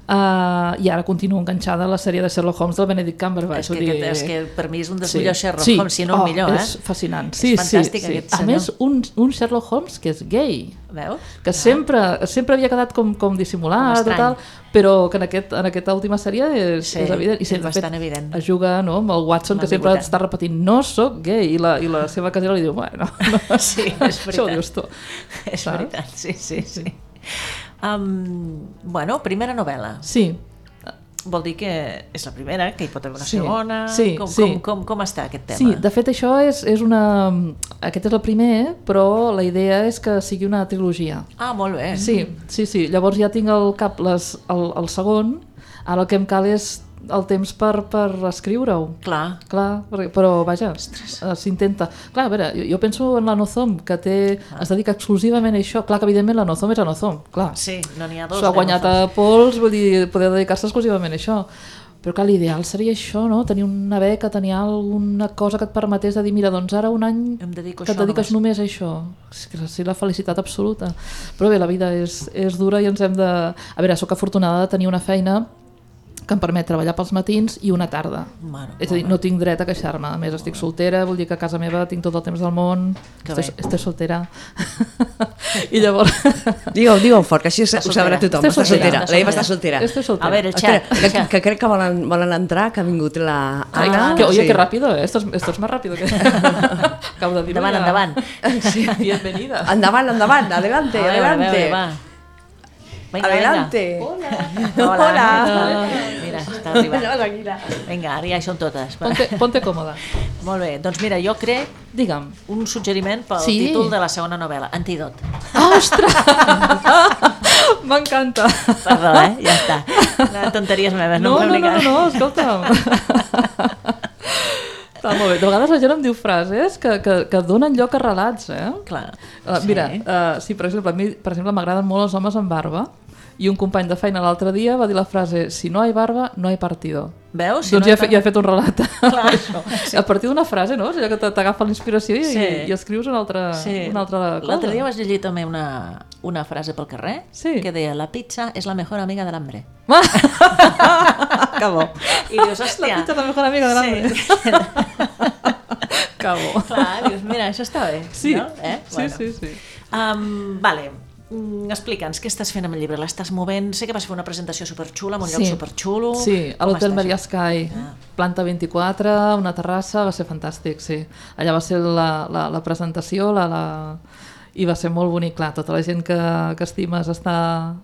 Speaker 6: uh, i ara continuo enganxada a la sèrie de Sherlock Holmes del Benedict Cumberbatch.
Speaker 2: És que,
Speaker 6: vull dir-
Speaker 2: aquest, és que per mi és un dels millors Sherlock Holmes, si no
Speaker 6: oh,
Speaker 2: el millor,
Speaker 6: És
Speaker 2: eh?
Speaker 6: fascinant.
Speaker 2: És
Speaker 6: Sí,
Speaker 2: fantàstic,
Speaker 6: sí, sí.
Speaker 2: aquest
Speaker 6: A
Speaker 2: senyor.
Speaker 6: més, un, un Sherlock Holmes que és gay
Speaker 2: Veus?
Speaker 6: que sempre, sempre havia quedat com, com dissimulat
Speaker 2: Com
Speaker 6: o
Speaker 2: estrany.
Speaker 6: tal, però que en, aquest, en aquesta última sèrie és,
Speaker 2: Sí,
Speaker 6: és evident.
Speaker 2: és bastant evident.
Speaker 6: Es juga no, amb el Watson,
Speaker 2: Amb el
Speaker 6: que sempre
Speaker 2: Watson.
Speaker 6: està repetint no sóc gay, i la, i la seva casera li diu, bueno, no.
Speaker 2: Sí, és
Speaker 6: això ho
Speaker 2: veritat.
Speaker 6: dius tu.
Speaker 2: És
Speaker 6: Saps?
Speaker 2: veritat, sí, sí, sí. Um, bueno, primera novel·la.
Speaker 6: Sí,
Speaker 2: vol dir que és la primera, que hi pot haver una
Speaker 6: Sí,
Speaker 2: segona...
Speaker 6: sí,
Speaker 2: com,
Speaker 6: sí.
Speaker 2: Com, com, com està aquest tema?
Speaker 6: Sí, de fet això és, és una... Aquest és el primer, però la idea és que sigui una trilogia.
Speaker 2: Ah, molt bé.
Speaker 6: Sí, sí, sí. Llavors ja tinc al cap les, el, el segon, ara el que em cal és el temps per, per escriure-ho.
Speaker 2: Clar.
Speaker 6: Clar, perquè, però vaja, eh, s'intenta. Clar, a veure, jo, jo penso en la Nozom, que té,
Speaker 2: Ah.
Speaker 6: es dedica exclusivament a això. Clar que evidentment la Nozom és la Nozom, clar.
Speaker 2: Sí, no n'hi ha dos.
Speaker 6: S'ho ha
Speaker 2: de
Speaker 6: guanyat a
Speaker 2: Nozom.
Speaker 6: pols, vull dir, poder dedicar-se exclusivament a això. Però clar, l'ideal seria això, no? Tenir una beca, tenir alguna cosa que et permetés de dir, mira, doncs ara un any
Speaker 2: Em dedico a
Speaker 6: que et
Speaker 2: això
Speaker 6: dediques només, a això. És que sí, la felicitat absoluta. Però bé, la vida és, és dura i ens hem de... A veure, sóc afortunada de tenir una feina que em permet treballar pels matins i una tarda.
Speaker 2: Bueno,
Speaker 6: és a dir, no tinc dret a queixar-me. A més, estic soltera, vull dir que a casa meva tinc tot el temps del món.
Speaker 2: Que
Speaker 6: Estic,
Speaker 2: bé.
Speaker 6: estic soltera. I llavors...
Speaker 1: Digue-ho digue fort, que així ho sabrà
Speaker 2: soltera.
Speaker 1: tothom.
Speaker 6: Estàs
Speaker 1: Està soltera,
Speaker 6: soltera,
Speaker 2: estàs
Speaker 1: la Eva està
Speaker 2: soltera.
Speaker 1: soltera.
Speaker 6: Estàs soltera.
Speaker 2: A veure, el
Speaker 1: Espera,
Speaker 2: xat, el
Speaker 1: que,
Speaker 2: xat.
Speaker 1: que crec que volen, volen entrar, que ha vingut la
Speaker 6: Ay,
Speaker 1: Anna.
Speaker 6: Ah, que, oye,
Speaker 1: Sí.
Speaker 6: qué rápido, eh? esto es, esto es más rápido que... Acabo de dir
Speaker 2: Endavant, endavant.
Speaker 6: Sí, bienvenida.
Speaker 1: Endavant, endavant, adelante,
Speaker 2: A veure, a
Speaker 1: adelante.
Speaker 2: veure, va. Vinga,
Speaker 1: adelante.
Speaker 2: Vinga. Hola.
Speaker 1: Hola.
Speaker 2: Mira, està arribant. Vinga, ara ja hi som totes. Va.
Speaker 6: Ponte, ponte cómoda.
Speaker 2: Molt bé, doncs mira, jo crec
Speaker 6: Digue'm.
Speaker 2: un suggeriment pel
Speaker 6: Sí.
Speaker 2: títol de la segona novel·la, Antídot.
Speaker 6: Ostres! M'encanta.
Speaker 2: Perdó, eh? Ja està. No, tonteries meves, no,
Speaker 6: No,
Speaker 2: em
Speaker 6: no, no, no,
Speaker 2: obligar.
Speaker 6: no, escolta'm. Està molt bé. De vegades la gent em diu frases que, que, que donen lloc a relats, eh?
Speaker 2: Clar.
Speaker 6: Uh, mira, uh, sí, per exemple, a mi per exemple m'agraden molt els homes amb barba i un company de feina l'altre dia va dir la frase si no hay barba, no hay partido.
Speaker 2: Veus?
Speaker 6: doncs
Speaker 2: Oh, no hi
Speaker 6: ja, he, fe-
Speaker 2: parla-
Speaker 6: ja he fet un relat.
Speaker 2: Clar.
Speaker 6: Això. A partir d'una frase, no? És allò que t- t'agafa la inspiració i,
Speaker 2: Sí.
Speaker 6: i escrius una altra,
Speaker 2: Sí.
Speaker 6: una altra cosa.
Speaker 2: L'altre dia vaig llegir també una, una frase pel carrer
Speaker 6: Sí.
Speaker 2: que deia la pizza és la mejor amiga de l'hambre. Ah!
Speaker 6: Que bo.
Speaker 2: I dius, hòstia...
Speaker 6: La pizza és la mejor amiga de l'hambre.
Speaker 2: Sí.
Speaker 6: Que bo.
Speaker 2: Clar, dius, mira, això està bé.
Speaker 6: Sí,
Speaker 2: No? Eh?
Speaker 6: sí, sí, sí.
Speaker 2: Um, vale, Mm, explica'ns, què estàs fent amb el llibre? L'estàs movent? Sé que vas fer una presentació superxula, en un lloc superxulo.
Speaker 6: Sí, a
Speaker 2: Com
Speaker 6: l'Hotel
Speaker 2: està
Speaker 6: Maria
Speaker 2: això?
Speaker 6: Sky,
Speaker 2: Ah.
Speaker 6: planta 24, una terrassa, va ser fantàstic, sí. Allà va ser la, la, la presentació, la, la... i va ser molt bonic, clar, tota la gent que, que estimes està,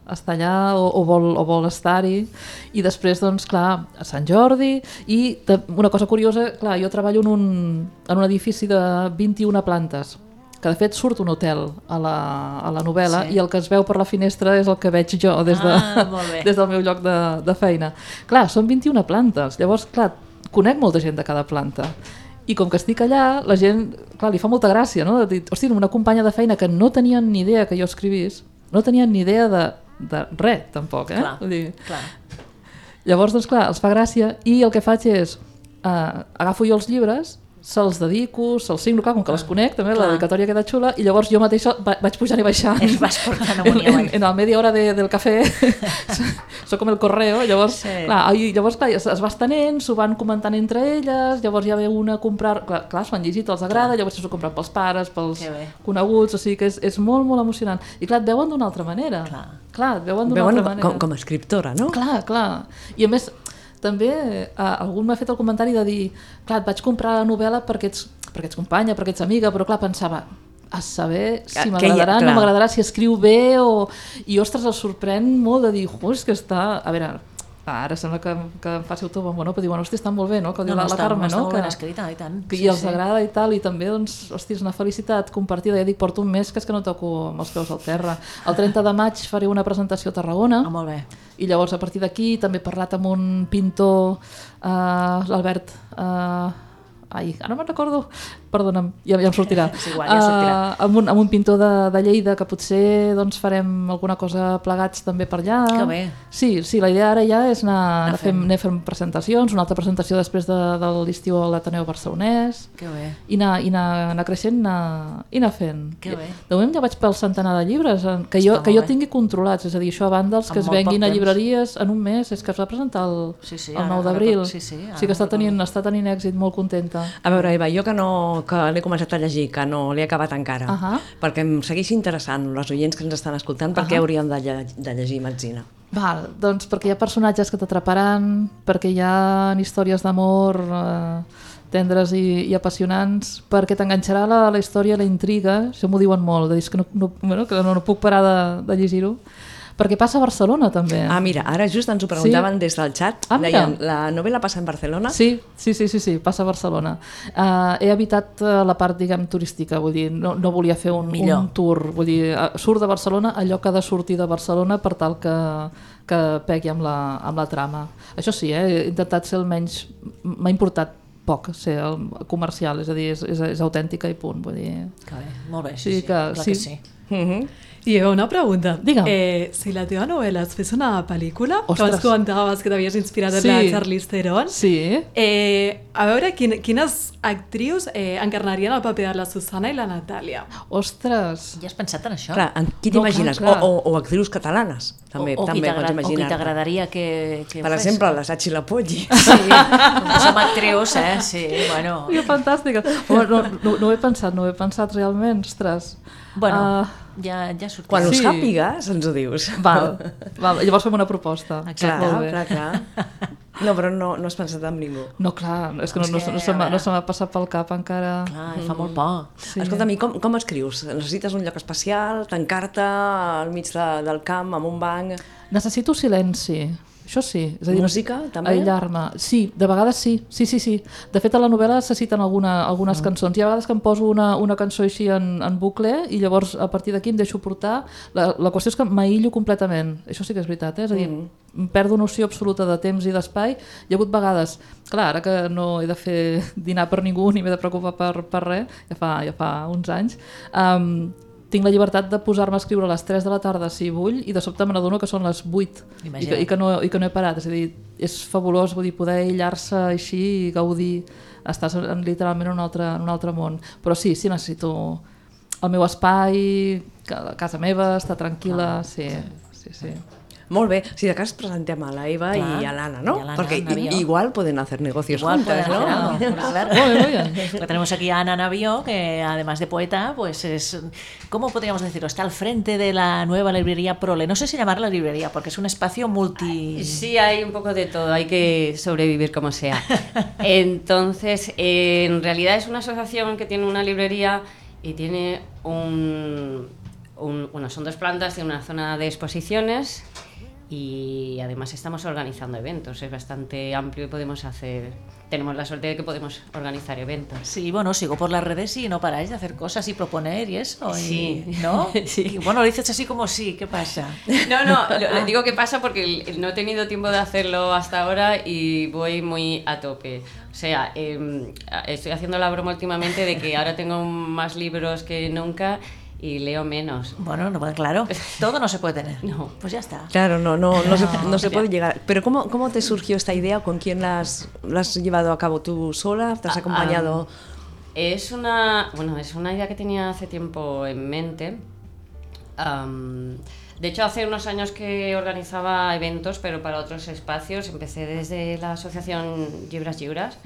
Speaker 6: està allà o, o vol, o vol estar-hi. I després, doncs, clar, a Sant Jordi, i ta- una cosa curiosa, clar, jo treballo en un, en un edifici de 21 plantes, que de fet surt un hotel a la, a la novel·la
Speaker 2: Sí.
Speaker 6: sí. i el que es veu per la finestra és el que veig jo des, de,
Speaker 2: Ah, molt bé.
Speaker 6: des del meu lloc de, de feina. Clar, són 21 plantes, llavors, clar, conec molta gent de cada planta. I com que estic allà, la gent, clar, li fa molta gràcia, no? De dir, hosti, una companya de feina que no tenien ni idea que jo escrivís, no tenien ni idea de, de res, tampoc, eh?
Speaker 2: Clar,
Speaker 6: Vull dir,
Speaker 2: clar.
Speaker 6: Llavors, doncs clar, els fa gràcia i el que faig és eh, agafo jo els llibres, se'ls dedico, se'ls signo, clar, com que les conec, també
Speaker 2: clar.
Speaker 6: la dedicatòria queda xula, i llavors jo mateixa va, vaig pujant i baixant.
Speaker 2: Es vas portant amunt i
Speaker 6: En, en,
Speaker 2: avall.
Speaker 6: en el media hora de, del cafè, sóc com el correo, llavors,
Speaker 2: Sí.
Speaker 6: sí. clar, i llavors clar, es, es va estenent, s'ho van comentant entre elles, llavors ja ve una a comprar, clar, clar s'ho han llegit, els agrada, llavors s'ho compren pels pares, pels
Speaker 2: Que bé.
Speaker 6: coneguts, o sigui que és, és molt, molt emocionant. I clar, et veuen d'una altra manera.
Speaker 2: Clar.
Speaker 6: clar et veuen d'una
Speaker 1: Veuen
Speaker 6: altra manera.
Speaker 1: com, com a escriptora, no?
Speaker 6: Clar, clar. I a més, també eh, algú m'ha fet el comentari de dir clar, et vaig comprar la novel·la perquè ets, perquè ets companya, perquè ets amiga, però clar, pensava a saber
Speaker 1: Que-
Speaker 6: si
Speaker 1: que
Speaker 6: m'agradarà,
Speaker 1: hi ha-
Speaker 6: no
Speaker 1: clar.
Speaker 6: m'agradarà, si escriu bé o... I ostres, el sorprèn molt de dir, jo, és que està... A veure, ara sembla que, que em faci autobombo, no? Però diuen, hòstia, està molt bé, no? Que ho diu la, la
Speaker 2: està,
Speaker 6: Carme,
Speaker 2: està
Speaker 6: no?
Speaker 2: molt
Speaker 6: Que,
Speaker 2: ben escrita, i tant.
Speaker 6: que, sí, I els agrada i tal, i també, doncs, hòstia, és una felicitat compartida. Ja dic, porto un mes que és que no toco amb els peus al terra. El 30 de maig faré una presentació a Tarragona.
Speaker 2: Ah, molt bé.
Speaker 6: I llavors, a partir d'aquí, també he parlat amb un pintor, eh, l'Albert... Eh, ai, ara me'n recordo. Perdona'm, ja, ja em sortirà.
Speaker 2: És igual, ja sortirà.
Speaker 6: Eh, amb, un, amb un pintor de, de Lleida que potser doncs, farem alguna cosa plegats també per allà.
Speaker 2: Que bé.
Speaker 6: Sí, sí la idea ara ja és anar, anar,
Speaker 2: fent.
Speaker 6: fent, anar fent presentacions, una altra presentació després de, de l'estiu a l'Ateneu Barcelonès
Speaker 2: Que bé.
Speaker 6: i anar, i anar, anar creixent anar, i anar fent.
Speaker 2: Que bé.
Speaker 6: De moment ja vaig pel centenar de llibres eh, que jo,
Speaker 2: Està
Speaker 6: que
Speaker 2: molt
Speaker 6: jo
Speaker 2: bé.
Speaker 6: tingui controlats, és a dir, això a banda els
Speaker 2: Amb
Speaker 6: que es
Speaker 2: molt poc
Speaker 6: venguin a
Speaker 2: temps.
Speaker 6: llibreries en un mes, és que es va presentar el,
Speaker 2: Sí, sí,
Speaker 6: el
Speaker 2: ara-
Speaker 6: 9
Speaker 2: ara
Speaker 6: d'abril.
Speaker 2: tot- sí, sí, ara
Speaker 6: sí que
Speaker 2: no
Speaker 6: està tenint, està tenint èxit, molt contenta.
Speaker 1: A veure, Eva, jo que no que l'he començat a llegir, que no l'he acabat encara,
Speaker 6: Ahà.
Speaker 1: perquè em segueix interessant les oients que ens estan escoltant, perquè hauríem de, lle de llegir Metzina.
Speaker 6: Val, doncs perquè hi ha personatges que t'atraparan, perquè hi ha històries d'amor eh, tendres i, i apassionants, perquè t'enganxarà la, la història, la intriga, això m'ho diuen molt, de dir "És que no, no, bueno, que no, no puc parar de, de llegir-ho, perquè passa a Barcelona també. eh?
Speaker 1: Ah, mira, ara just ens ho preguntaven des del xat.
Speaker 6: Ah, mira.
Speaker 1: Deien, la novel·la passa en Barcelona?
Speaker 6: Sí, sí, sí, sí, sí, passa a Barcelona. Uh, he evitat uh, la part, diguem, turística, vull dir, no, no volia fer un,
Speaker 2: Millor.
Speaker 6: un tour, vull dir, uh, surt de Barcelona allò que ha de sortir de Barcelona per tal que, que pegui amb la, amb la trama. Això sí, eh, he intentat ser el menys... M'ha importat poc ser el comercial, és a dir, és, és, és autèntica i punt, vull dir...
Speaker 2: Que bé, molt bé,
Speaker 6: Sí
Speaker 2: sí, sí,
Speaker 6: que
Speaker 2: clar
Speaker 6: sí.
Speaker 2: que sí.
Speaker 1: Mhm.
Speaker 3: I hi ha una pregunta.
Speaker 6: Digue'm.
Speaker 3: Eh, si la teva novel·la es fes una pel·lícula, Ostres. que
Speaker 6: Ostres.
Speaker 3: abans comentaves que t'havies inspirat en
Speaker 6: Sí.
Speaker 3: la Charlize Theron,
Speaker 6: Sí,
Speaker 3: eh, a veure quin, quines actrius eh, encarnarien el paper de la Susana i la Natàlia.
Speaker 6: ostres...
Speaker 2: Ja has pensat en això?
Speaker 1: Clar, en qui
Speaker 6: Ah. No,
Speaker 1: t'imagines?
Speaker 6: clar, clar.
Speaker 1: O, o, o actrius catalanes, també,
Speaker 2: o, o qui
Speaker 1: també
Speaker 2: t'agrada-
Speaker 1: pots
Speaker 2: O qui
Speaker 1: imaginar.
Speaker 2: t'agradaria que, que
Speaker 1: Per
Speaker 2: ho fes?
Speaker 1: exemple, la Sachi Lapolli.
Speaker 2: Sí, som actrius, eh? Sí, bueno...
Speaker 6: Que fantàstica. Home, No, no, no ho he pensat, no ho he pensat realment, ostres.
Speaker 2: Bueno,
Speaker 6: Ah,
Speaker 2: ja, ja sortirà.
Speaker 1: Quan ho
Speaker 6: Sí.
Speaker 1: sàpigues, ens ho dius.
Speaker 6: Val, val, llavors fem una proposta.
Speaker 1: Ah. Clar,
Speaker 6: Molt bé.
Speaker 1: clar, clar. No, però no, no has pensat en ningú.
Speaker 6: No, clar, és que no, no,
Speaker 2: És que,
Speaker 6: no, se
Speaker 2: a
Speaker 6: m'ha-
Speaker 2: veure.
Speaker 6: no se m'ha passat pel cap encara.
Speaker 2: Clar, Ah, fa molt por.
Speaker 6: Mm.
Speaker 1: Sí. Escolta'm, i com, com escrius? Necessites un lloc especial? Tancar-te al mig de, del camp, amb un banc?
Speaker 6: Necessito silenci, això sí. És a dir,
Speaker 1: Música, també?
Speaker 6: Aïllar-me. Sí, de vegades sí. Sí, sí, sí. De fet, a la novel·la se citen alguna, algunes cançons. Hi ha vegades que em poso una, una cançó així en, en bucle i llavors a partir d'aquí em deixo portar. La, la qüestió és que m'aïllo completament. Això sí que és veritat, eh? És a dir, mm. perdo noció absoluta de temps i d'espai. Hi ha hagut vegades, clar, ara que no he de fer dinar per ningú ni m'he de preocupar per, per res, ja fa, ja fa uns anys, um, tinc la llibertat de posar-me a escriure a les 3 de la tarda si vull i de sobte me n'adono que són les 8 i que,
Speaker 2: Imagina't.
Speaker 6: i que no, i que no he parat, és a dir, és fabulós vull dir, poder aïllar-se així i gaudir, estàs en, literalment en un, altre, en un altre món, però sí, sí necessito el meu espai, ca- casa meva, estar
Speaker 5: Ah,
Speaker 6: tranquil·la, sí, sí, sí.
Speaker 1: Molt bé, si de cas presentem a la Eva
Speaker 2: Clar.
Speaker 1: i a l'Anna, no?
Speaker 2: I a l'Anna,
Speaker 1: Perquè
Speaker 2: en avió.
Speaker 1: i- igual poden hacer negocios
Speaker 2: Igual pueden
Speaker 1: juntas,
Speaker 2: hacer
Speaker 1: ¿no?
Speaker 2: algo, pues, claro.
Speaker 6: Muy bien, muy bien.
Speaker 2: Porque tenemos aquí a Ana Navío, que además de poeta, pues es, ¿cómo podríamos decirlo? Está al frente de la nueva librería Prole. No sé si llamarla librería, porque es un espacio multi...
Speaker 5: Sí, hay un poco de todo, hay que sobrevivir como sea. Entonces, eh, en realidad es una asociación que tiene una librería y tiene un, un- Bueno, son dos plantas, tiene una zona de exposiciones y además estamos organizando eventos, es bastante amplio y podemos hacer... Tenemos la suerte de que podemos organizar eventos.
Speaker 2: Sí, bueno, sigo por las redes y no paráis de hacer cosas y proponer y eso. y-
Speaker 5: Sí.
Speaker 2: ¿No?
Speaker 5: Sí.
Speaker 2: Y bueno, lo dices así como sí, ¿qué pasa?
Speaker 5: No, no, lo- le digo que pasa porque el- no he tenido tiempo de hacerlo hasta ahora y voy muy a tope. O sea, em, a- estoy haciendo la broma últimamente de que ahora tengo más libros que nunca y leo menos.
Speaker 2: Bueno, no, pues claro, todo no se puede tener. No. Pues ya está.
Speaker 1: Claro, no, no, no, se, no se puede llegar. Pero ¿cómo, ¿cómo te surgió esta idea? ¿Con quién la has, la has llevado a cabo tú sola? ¿Te has
Speaker 5: Ah,
Speaker 1: acompañado?
Speaker 5: Es una, bueno, es una idea que tenía hace tiempo en mente. Am, de hecho, hace unos años que organizaba eventos, pero para otros espacios. Empecé desde la asociación Libras Lliures.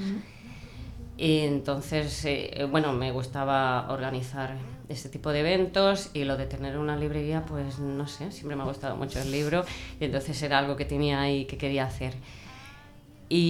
Speaker 5: Y entonces, eh, bueno, me gustaba organizar este tipo de eventos y lo de tener una librería, pues no sé, siempre me ha gustado mucho el libro y entonces era algo que tenía ahí que quería hacer.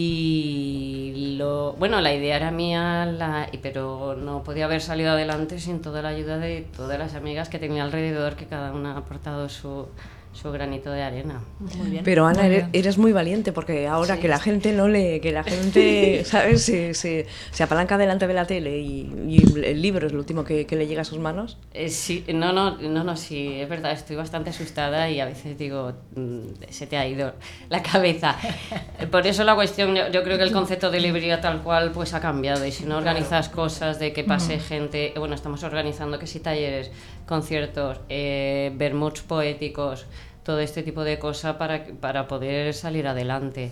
Speaker 5: Y lo, bueno, la idea era mía, la, y- pero no podía haber salido adelante sin toda la ayuda de todas las amigas que tenía alrededor, que cada una ha aportado su, su granito de arena.
Speaker 2: Muy bien.
Speaker 1: Pero Ana, eres, eres muy valiente porque ahora que la gente no lee, que la gente, ¿sabes? Se, se, se apalanca delante de la tele y, y el libro es lo último que, que le llega a sus manos.
Speaker 5: Eh, sí, no, no, no, no, sí, es verdad, estoy bastante asustada y a veces digo, mm, se te ha ido la cabeza. Eh, Por eso la cuestión, yo, yo creo que el concepto de librería tal cual pues ha cambiado y si no organizas cosas de que pase gente, eh, bueno, estamos organizando que si talleres, conciertos, eh, vermuts poéticos, todo este tipo de cosas para, que- para poder salir adelante.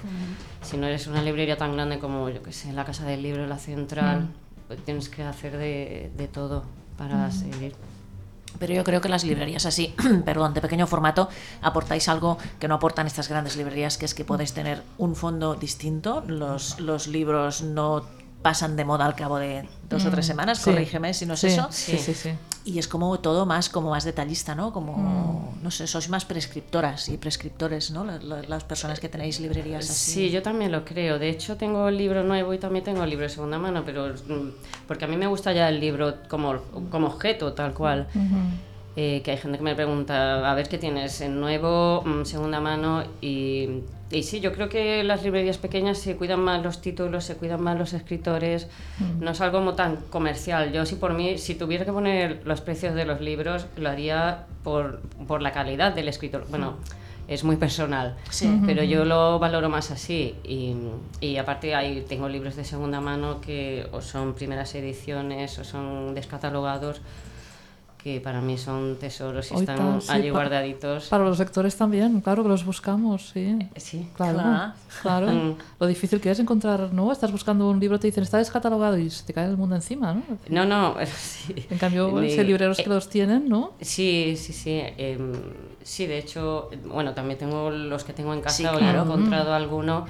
Speaker 5: Si no eres una librería tan grande como, yo que sé, la Casa del Libro, la Central, pues tienes que hacer de, de todo para seguir.
Speaker 2: Pero yo creo que las librerías así, perdón, de pequeño formato, aportáis algo que no aportan estas grandes librerías, que es que podéis tener un fondo distinto. Los, los libros no pasan de moda al cabo de dos o tres semanas,
Speaker 6: Sí.
Speaker 2: corrígeme si no es
Speaker 6: sí,
Speaker 2: eso.
Speaker 6: Sí, sí, sí.
Speaker 2: Y es como todo más, como más detallista, ¿no? Como,
Speaker 5: Mm.
Speaker 2: no sé, sois más prescriptoras y prescriptores, ¿no? La- la- Las, personas que tenéis librerías así.
Speaker 5: Sí, yo también lo creo. De hecho, tengo el libro nuevo y también tengo el libro de segunda mano, pero mm, porque a mí me gusta ya el libro como, como objeto, tal cual. eh, que hay gente que me pregunta, a ver qué tienes en nuevo, mm, segunda mano, y, y sí, yo creo que las librerías pequeñas se cuidan más los títulos, se cuidan más los escritores, no es algo como tan comercial. Yo si por mí, si tuviera que poner los precios de los libros, lo haría por, por la calidad del escritor. Bueno, es muy personal, pero yo lo valoro más así. Y, y aparte ahí tengo libros de segunda mano que o son primeras ediciones o son descatalogados que para mí son tesoros y
Speaker 6: Hoy
Speaker 5: están
Speaker 6: tal, sí,
Speaker 5: allí
Speaker 6: pa-
Speaker 5: guardaditos.
Speaker 6: Para los lectores también, claro que los buscamos, sí.
Speaker 5: Sí.
Speaker 6: Claro,
Speaker 2: Claro.
Speaker 6: claro.
Speaker 5: Mm.
Speaker 6: Lo difícil que es encontrar, ¿no? Estás buscando un libro, te dicen, está descatalogado y se te cae el mundo encima, ¿no?
Speaker 5: No, no, sí. eh,
Speaker 6: En cambio,
Speaker 5: Ni-
Speaker 6: si hay libreros que los tienen, ¿no?
Speaker 5: Sí, sí, sí. em, sí, de hecho, bueno, también tengo los que tengo en casa.
Speaker 2: Sí,
Speaker 5: Hoy
Speaker 2: claro.
Speaker 5: he encontrado alguno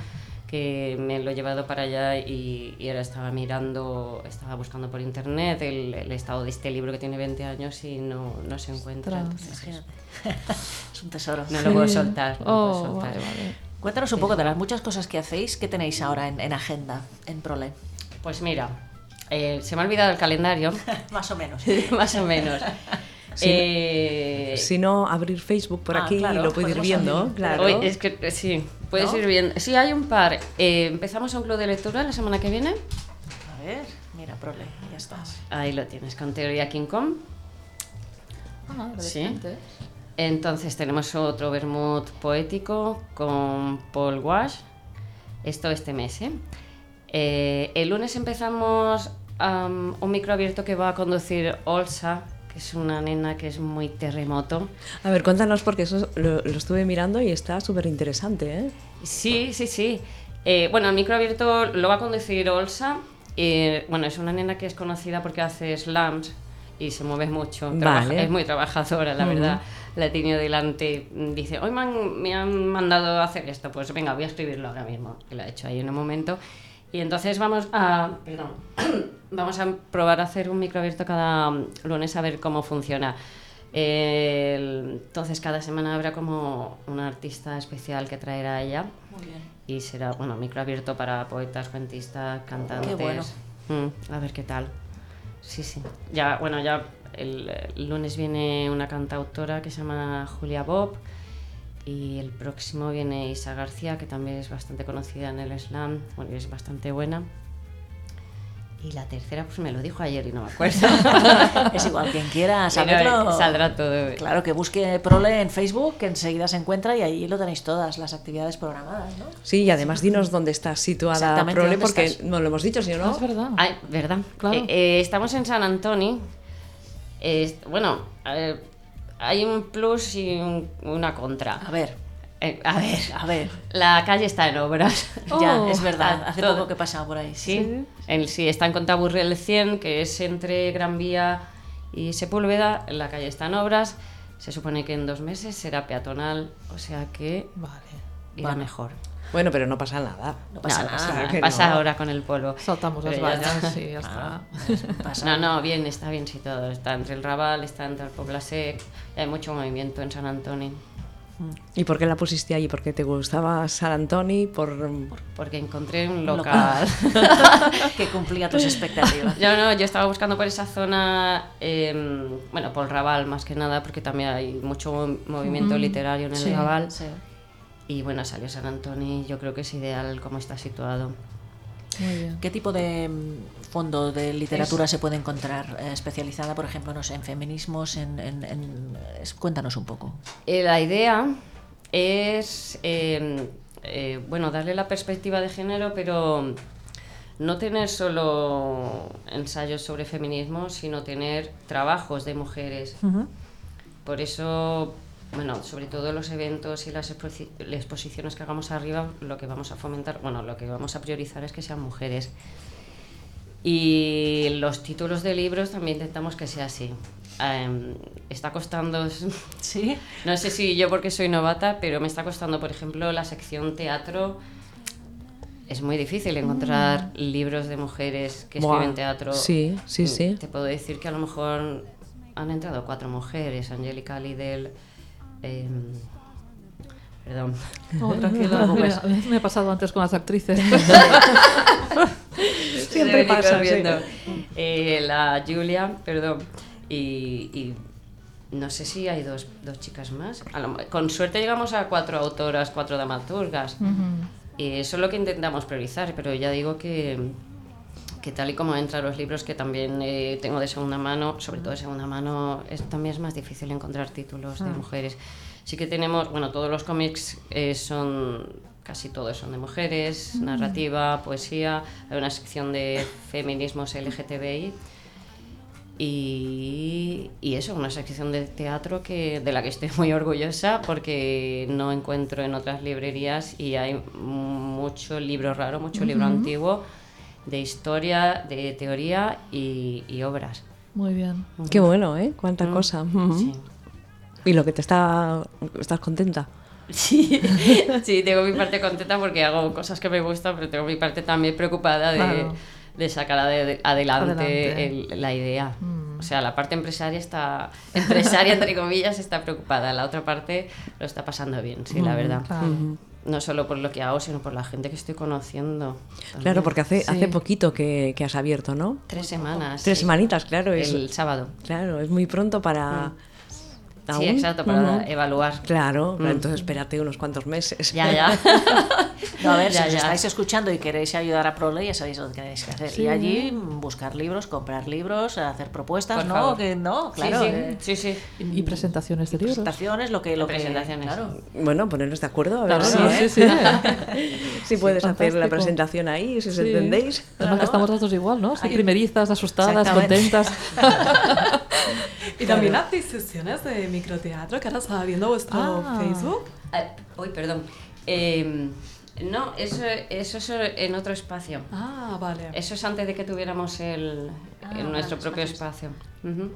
Speaker 5: que me lo he llevado para allá y, y ahora estaba mirando, estaba buscando por internet el, el estado de este libro que tiene 20 años y no, no se encuentra.
Speaker 6: Ostras.
Speaker 5: entonces eso.
Speaker 2: Es un tesoro.
Speaker 5: no lo puedo
Speaker 6: Sí.
Speaker 5: soltar. No lo
Speaker 6: Oh,
Speaker 5: puedo soltar.
Speaker 6: vale, vale.
Speaker 2: Cuéntanos un poco de las muchas cosas que hacéis, que tenéis ahora en, en agenda, en Prole.
Speaker 5: Pues mira, eh, se me ha olvidado el calendario,
Speaker 2: Más o menos.
Speaker 5: más o menos.
Speaker 1: Sí.
Speaker 5: Eh,
Speaker 1: Si no, abrir Facebook por
Speaker 2: Ah,
Speaker 1: aquí
Speaker 2: claro,
Speaker 1: y lo puedo ir
Speaker 2: podemos
Speaker 1: viendo,
Speaker 2: abrir.
Speaker 1: claro.
Speaker 5: Hoy es que eh, sí, puedes
Speaker 2: ¿No?
Speaker 5: ir viendo. Sí, hay un par. Eh, empezamos un club de lectura la semana que viene.
Speaker 2: A ver, mira, Prole, ya estás.
Speaker 5: Ahí lo tienes, con Teoría King Kong.
Speaker 6: Ah,
Speaker 5: Sí. interesante. Entonces tenemos otro Bermud poético con Paul Wash. Esto este mes. ¿eh? Eh, el lunes empezamos am, un micro abierto que va a conducir Olsa, que es una nena que es muy terremoto.
Speaker 1: A ver, cuéntanos porque eso lo, lo estuve mirando y está súper interesante, ¿eh?
Speaker 5: Sí, sí, sí. Eh, bueno, el micro abierto lo va a conducir Olsa. Eh, bueno, es una nena que es conocida porque hace slams y se mueve mucho. Trabaja-
Speaker 1: Vale.
Speaker 5: Es muy trabajadora, la verdad. La he tenido delante. Dice, hoy me han, me han mandado a hacer esto. Pues venga, voy a escribirlo ahora mismo. Y lo ha hecho ahí en un momento. Y entonces vamos a... Perdón. vamos a probar a hacer un micro abierto cada lunes a ver cómo funciona. El- entonces cada semana habrá como una artista especial que traerá ella
Speaker 2: Muy bien.
Speaker 5: y será bueno micro abierto para poetas, cuentistas,
Speaker 2: Qué
Speaker 5: cantantes.
Speaker 2: bueno.
Speaker 5: Mm, a ver qué tal. Sí, sí. Ya, bueno, ya el, el lunes viene una cantautora que se llama Julia Bob y el próximo viene Isa García, que también es bastante conocida en el slam, bueno, y es bastante buena. Y la tercera, pues me lo dijo ayer y no me acuerdo.
Speaker 2: Es igual, quien quiera
Speaker 5: Mira,
Speaker 2: saberlo.
Speaker 5: Saldrá todo.
Speaker 2: Claro, que busque Prole en Facebook, que enseguida se encuentra y ahí lo tenéis todas las actividades programadas, ¿no?
Speaker 1: Sí, y además dinos dónde está situada
Speaker 2: Exactamente,
Speaker 1: Prole
Speaker 2: ¿dónde
Speaker 1: porque
Speaker 2: estás?
Speaker 1: no lo hemos dicho, si
Speaker 6: Ah,
Speaker 1: no...
Speaker 6: es verdad.
Speaker 5: Ay, ¿verdad?
Speaker 6: Claro.
Speaker 5: Eh, eh, estamos en San Antoni. Eh, est- bueno, a ver, hay un plus y un- una contra.
Speaker 2: A ver,
Speaker 5: Eh, a ver,
Speaker 2: a ver.
Speaker 5: la calle está en obras.
Speaker 2: Ya,
Speaker 6: Oh.
Speaker 2: es verdad,
Speaker 5: Ah,
Speaker 2: hace
Speaker 5: todo.
Speaker 2: poco que pasaba por ahí.
Speaker 5: Sí, En- sí, está en Contaburriel 100, que es entre Gran Vía y Sepúlveda. La calle está en obras. Se supone que en dos meses será peatonal, o sea que
Speaker 6: Vale.
Speaker 5: irá mejor.
Speaker 1: Bueno, pero no pasa nada.
Speaker 2: No pasa
Speaker 5: No,
Speaker 2: nada.
Speaker 1: que
Speaker 5: Ah, pasa
Speaker 1: no.
Speaker 5: ahora con el polvo.
Speaker 6: Saltamos las
Speaker 5: Pero ya está. Ah,
Speaker 6: vallas y ya está.
Speaker 2: Pasa.
Speaker 5: No, no, bien, está bien situado. Está entre el Raval, está entre el Poblasec. Hay mucho movimiento en San Antonio.
Speaker 1: ¿Y por qué la pusiste allí? ¿Porque te gustaba San Antoni? Por...
Speaker 5: Porque encontré un
Speaker 2: Local.
Speaker 5: local.
Speaker 2: que cumplía tus expectativas.
Speaker 5: yo no, yo estaba buscando por esa zona, em, bueno, por el Raval más que nada, porque también hay mucho mo- movimiento literario en el
Speaker 6: Sí,
Speaker 5: Raval.
Speaker 2: Sí.
Speaker 5: Y bueno, salió San Antonio. Yo creo que es ideal como está situado.
Speaker 6: Muy bien.
Speaker 2: ¿Qué tipo de mm, fondo de literatura se puede encontrar eh, especializada, por ejemplo, no sé, en feminismos? En, en- en- es- Cuéntanos un poco.
Speaker 5: Eh, la idea es, eh, eh, bueno, darle la perspectiva de género, pero no tener solo ensayos sobre feminismo, sino tener trabajos de mujeres.
Speaker 3: Hmm.
Speaker 5: Por eso, bueno, sobre todo los eventos y las exposi- las exposiciones que hagamos arriba, lo que vamos a fomentar, bueno, lo que vamos a priorizar es que sean mujeres. Y los títulos de libros también intentamos que sea así. Em, está costando
Speaker 2: Sí.
Speaker 5: no sé si yo porque soy novata, pero me está costando, por ejemplo, la sección teatro. Es muy difícil encontrar libros de mujeres que
Speaker 1: Buah,
Speaker 5: escriben teatro.
Speaker 1: sí, sí,
Speaker 5: Mm,
Speaker 1: sí.
Speaker 5: Te puedo decir que a lo mejor han entrado cuatro mujeres, Angélica Lidl, em, perdón,
Speaker 6: No, Oh, pues, tranquila, mira, me he pasado antes con las actrices.
Speaker 1: Siempre
Speaker 5: Dominique
Speaker 1: pasa, sí.
Speaker 5: Orviendo. Eh, la Julia, perdón, y, y no sé si hay dos, dos chicas más. A lo- con suerte llegamos a cuatro autoras, cuatro dramaturgas. Y eso es lo que intentamos priorizar, pero ya digo que, que tal y como entran los libros que también eh, tengo de segunda mano, sobre todo de segunda mano, es, también es más difícil encontrar títulos de mujeres. Sí que tenemos, bueno, todos los cómics eh, son, casi todos son de mujeres, narrativa, poesía, hay una sección de feminismos LGTBI. Y, y eso, una sección de teatro que, de la que estoy muy orgullosa porque no encuentro en otras librerías y hay mucho libro raro, mucho libro antiguo de historia, de teoría y, y obras.
Speaker 6: Muy bien.
Speaker 1: Qué bueno, ¿eh? Cuánta cosa. Ujú.
Speaker 5: Sí.
Speaker 1: Y lo que te está... ¿Estás contenta?
Speaker 5: Sí, sí, tengo mi parte contenta porque hago cosas que me gustan, pero tengo mi parte también preocupada de,
Speaker 6: Claro.
Speaker 5: de sacar ade- adelante,
Speaker 6: Adelante.
Speaker 5: el- la idea. O sea, la parte empresaria está, empresaria entre comillas, está preocupada. La otra parte lo está pasando bien, sí, la verdad.
Speaker 6: claro.
Speaker 5: No solo por lo que hago, sino por la gente que estoy conociendo. también.
Speaker 1: Claro, porque hace,
Speaker 6: Sí.
Speaker 1: hace poquito que, que has abierto, ¿no?
Speaker 5: Tres semanas.
Speaker 1: Tres
Speaker 5: sí.
Speaker 1: semanitas, pues. claro. Es,
Speaker 5: El sábado.
Speaker 1: Claro, es muy pronto para... aún.
Speaker 5: Sí, exacto, para eh,
Speaker 1: Ujú.
Speaker 5: evaluar.
Speaker 1: Claro, pero entonces espérate unos cuantos meses.
Speaker 5: Ya, ya.
Speaker 2: No, a ver,
Speaker 5: Ya,
Speaker 2: si os
Speaker 5: ya.
Speaker 2: estáis escuchando y queréis ayudar a Prole, ya sabéis lo que tenéis que hacer. Y allí mm, buscar libros, comprar libros, hacer propuestas,
Speaker 5: Por
Speaker 2: ¿no?
Speaker 5: favor.
Speaker 2: Que no,
Speaker 5: Sí,
Speaker 2: claro.
Speaker 5: sí,
Speaker 2: eh,
Speaker 5: sí, sí.
Speaker 6: Y presentaciones de libros.
Speaker 2: Presentaciones, lo que... Lo que
Speaker 5: Presentaciones.
Speaker 2: claro.
Speaker 1: Bueno, ponernos de acuerdo, a ver
Speaker 5: Claro,
Speaker 1: si, ¿eh?
Speaker 5: ¿no?
Speaker 6: Sí, sí, sí.
Speaker 1: si puedes hacer la
Speaker 6: fantástico.
Speaker 1: presentación ahí, si os
Speaker 6: Sí.
Speaker 1: entendéis.
Speaker 6: Además que estamos las dos igual, ¿no? Sí, primerizas, asustadas,
Speaker 2: Exactamente.
Speaker 6: contentas.
Speaker 3: Y también hacéis sesiones de microteatro, que ahora estaba viendo vuestro
Speaker 6: Ah.
Speaker 3: Facebook.
Speaker 5: Ah, Uy, perdón. Eh, no, eso, eso es en otro espacio.
Speaker 3: Ah, vale.
Speaker 5: Eso es antes de que tuviéramos el,
Speaker 2: Ah,
Speaker 5: el nuestro propio espacio. Ujú.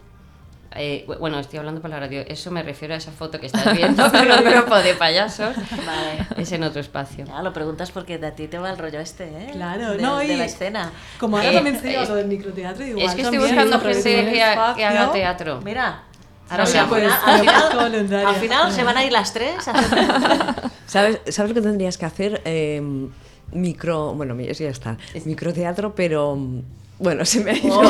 Speaker 5: Eh, bu- bueno, estoy hablando por la radio. Eso me refiero a esa foto que estás viendo con un grupo de payasos.
Speaker 2: Vale.
Speaker 5: Es en otro espacio.
Speaker 2: Ya, lo preguntas porque de a ti te va el rollo este, ¿eh?
Speaker 3: Claro,
Speaker 2: De-
Speaker 3: no,
Speaker 2: de
Speaker 3: y-
Speaker 2: la escena.
Speaker 3: Como ahora
Speaker 5: Eh,
Speaker 3: también se
Speaker 5: eh,
Speaker 3: lleva lo del microteatro, igual
Speaker 5: Es que estoy
Speaker 3: también
Speaker 5: buscando
Speaker 3: aprovechar
Speaker 5: gente
Speaker 3: el
Speaker 5: que, ha- que haga
Speaker 3: espacio.
Speaker 5: teatro.
Speaker 2: Mira, ahora
Speaker 5: Mira,
Speaker 2: sí, al
Speaker 3: pues,
Speaker 2: final, al
Speaker 3: además
Speaker 2: final-
Speaker 3: como voluntaria.
Speaker 2: al final se van a ir las tres. a hacer-
Speaker 1: ¿Sabes, ¿Sabes lo que tendrías que hacer? Eh, micro, bueno, mi- eso ya está. Microteatro, pero mm, bueno, se me ha ido.
Speaker 2: Uy,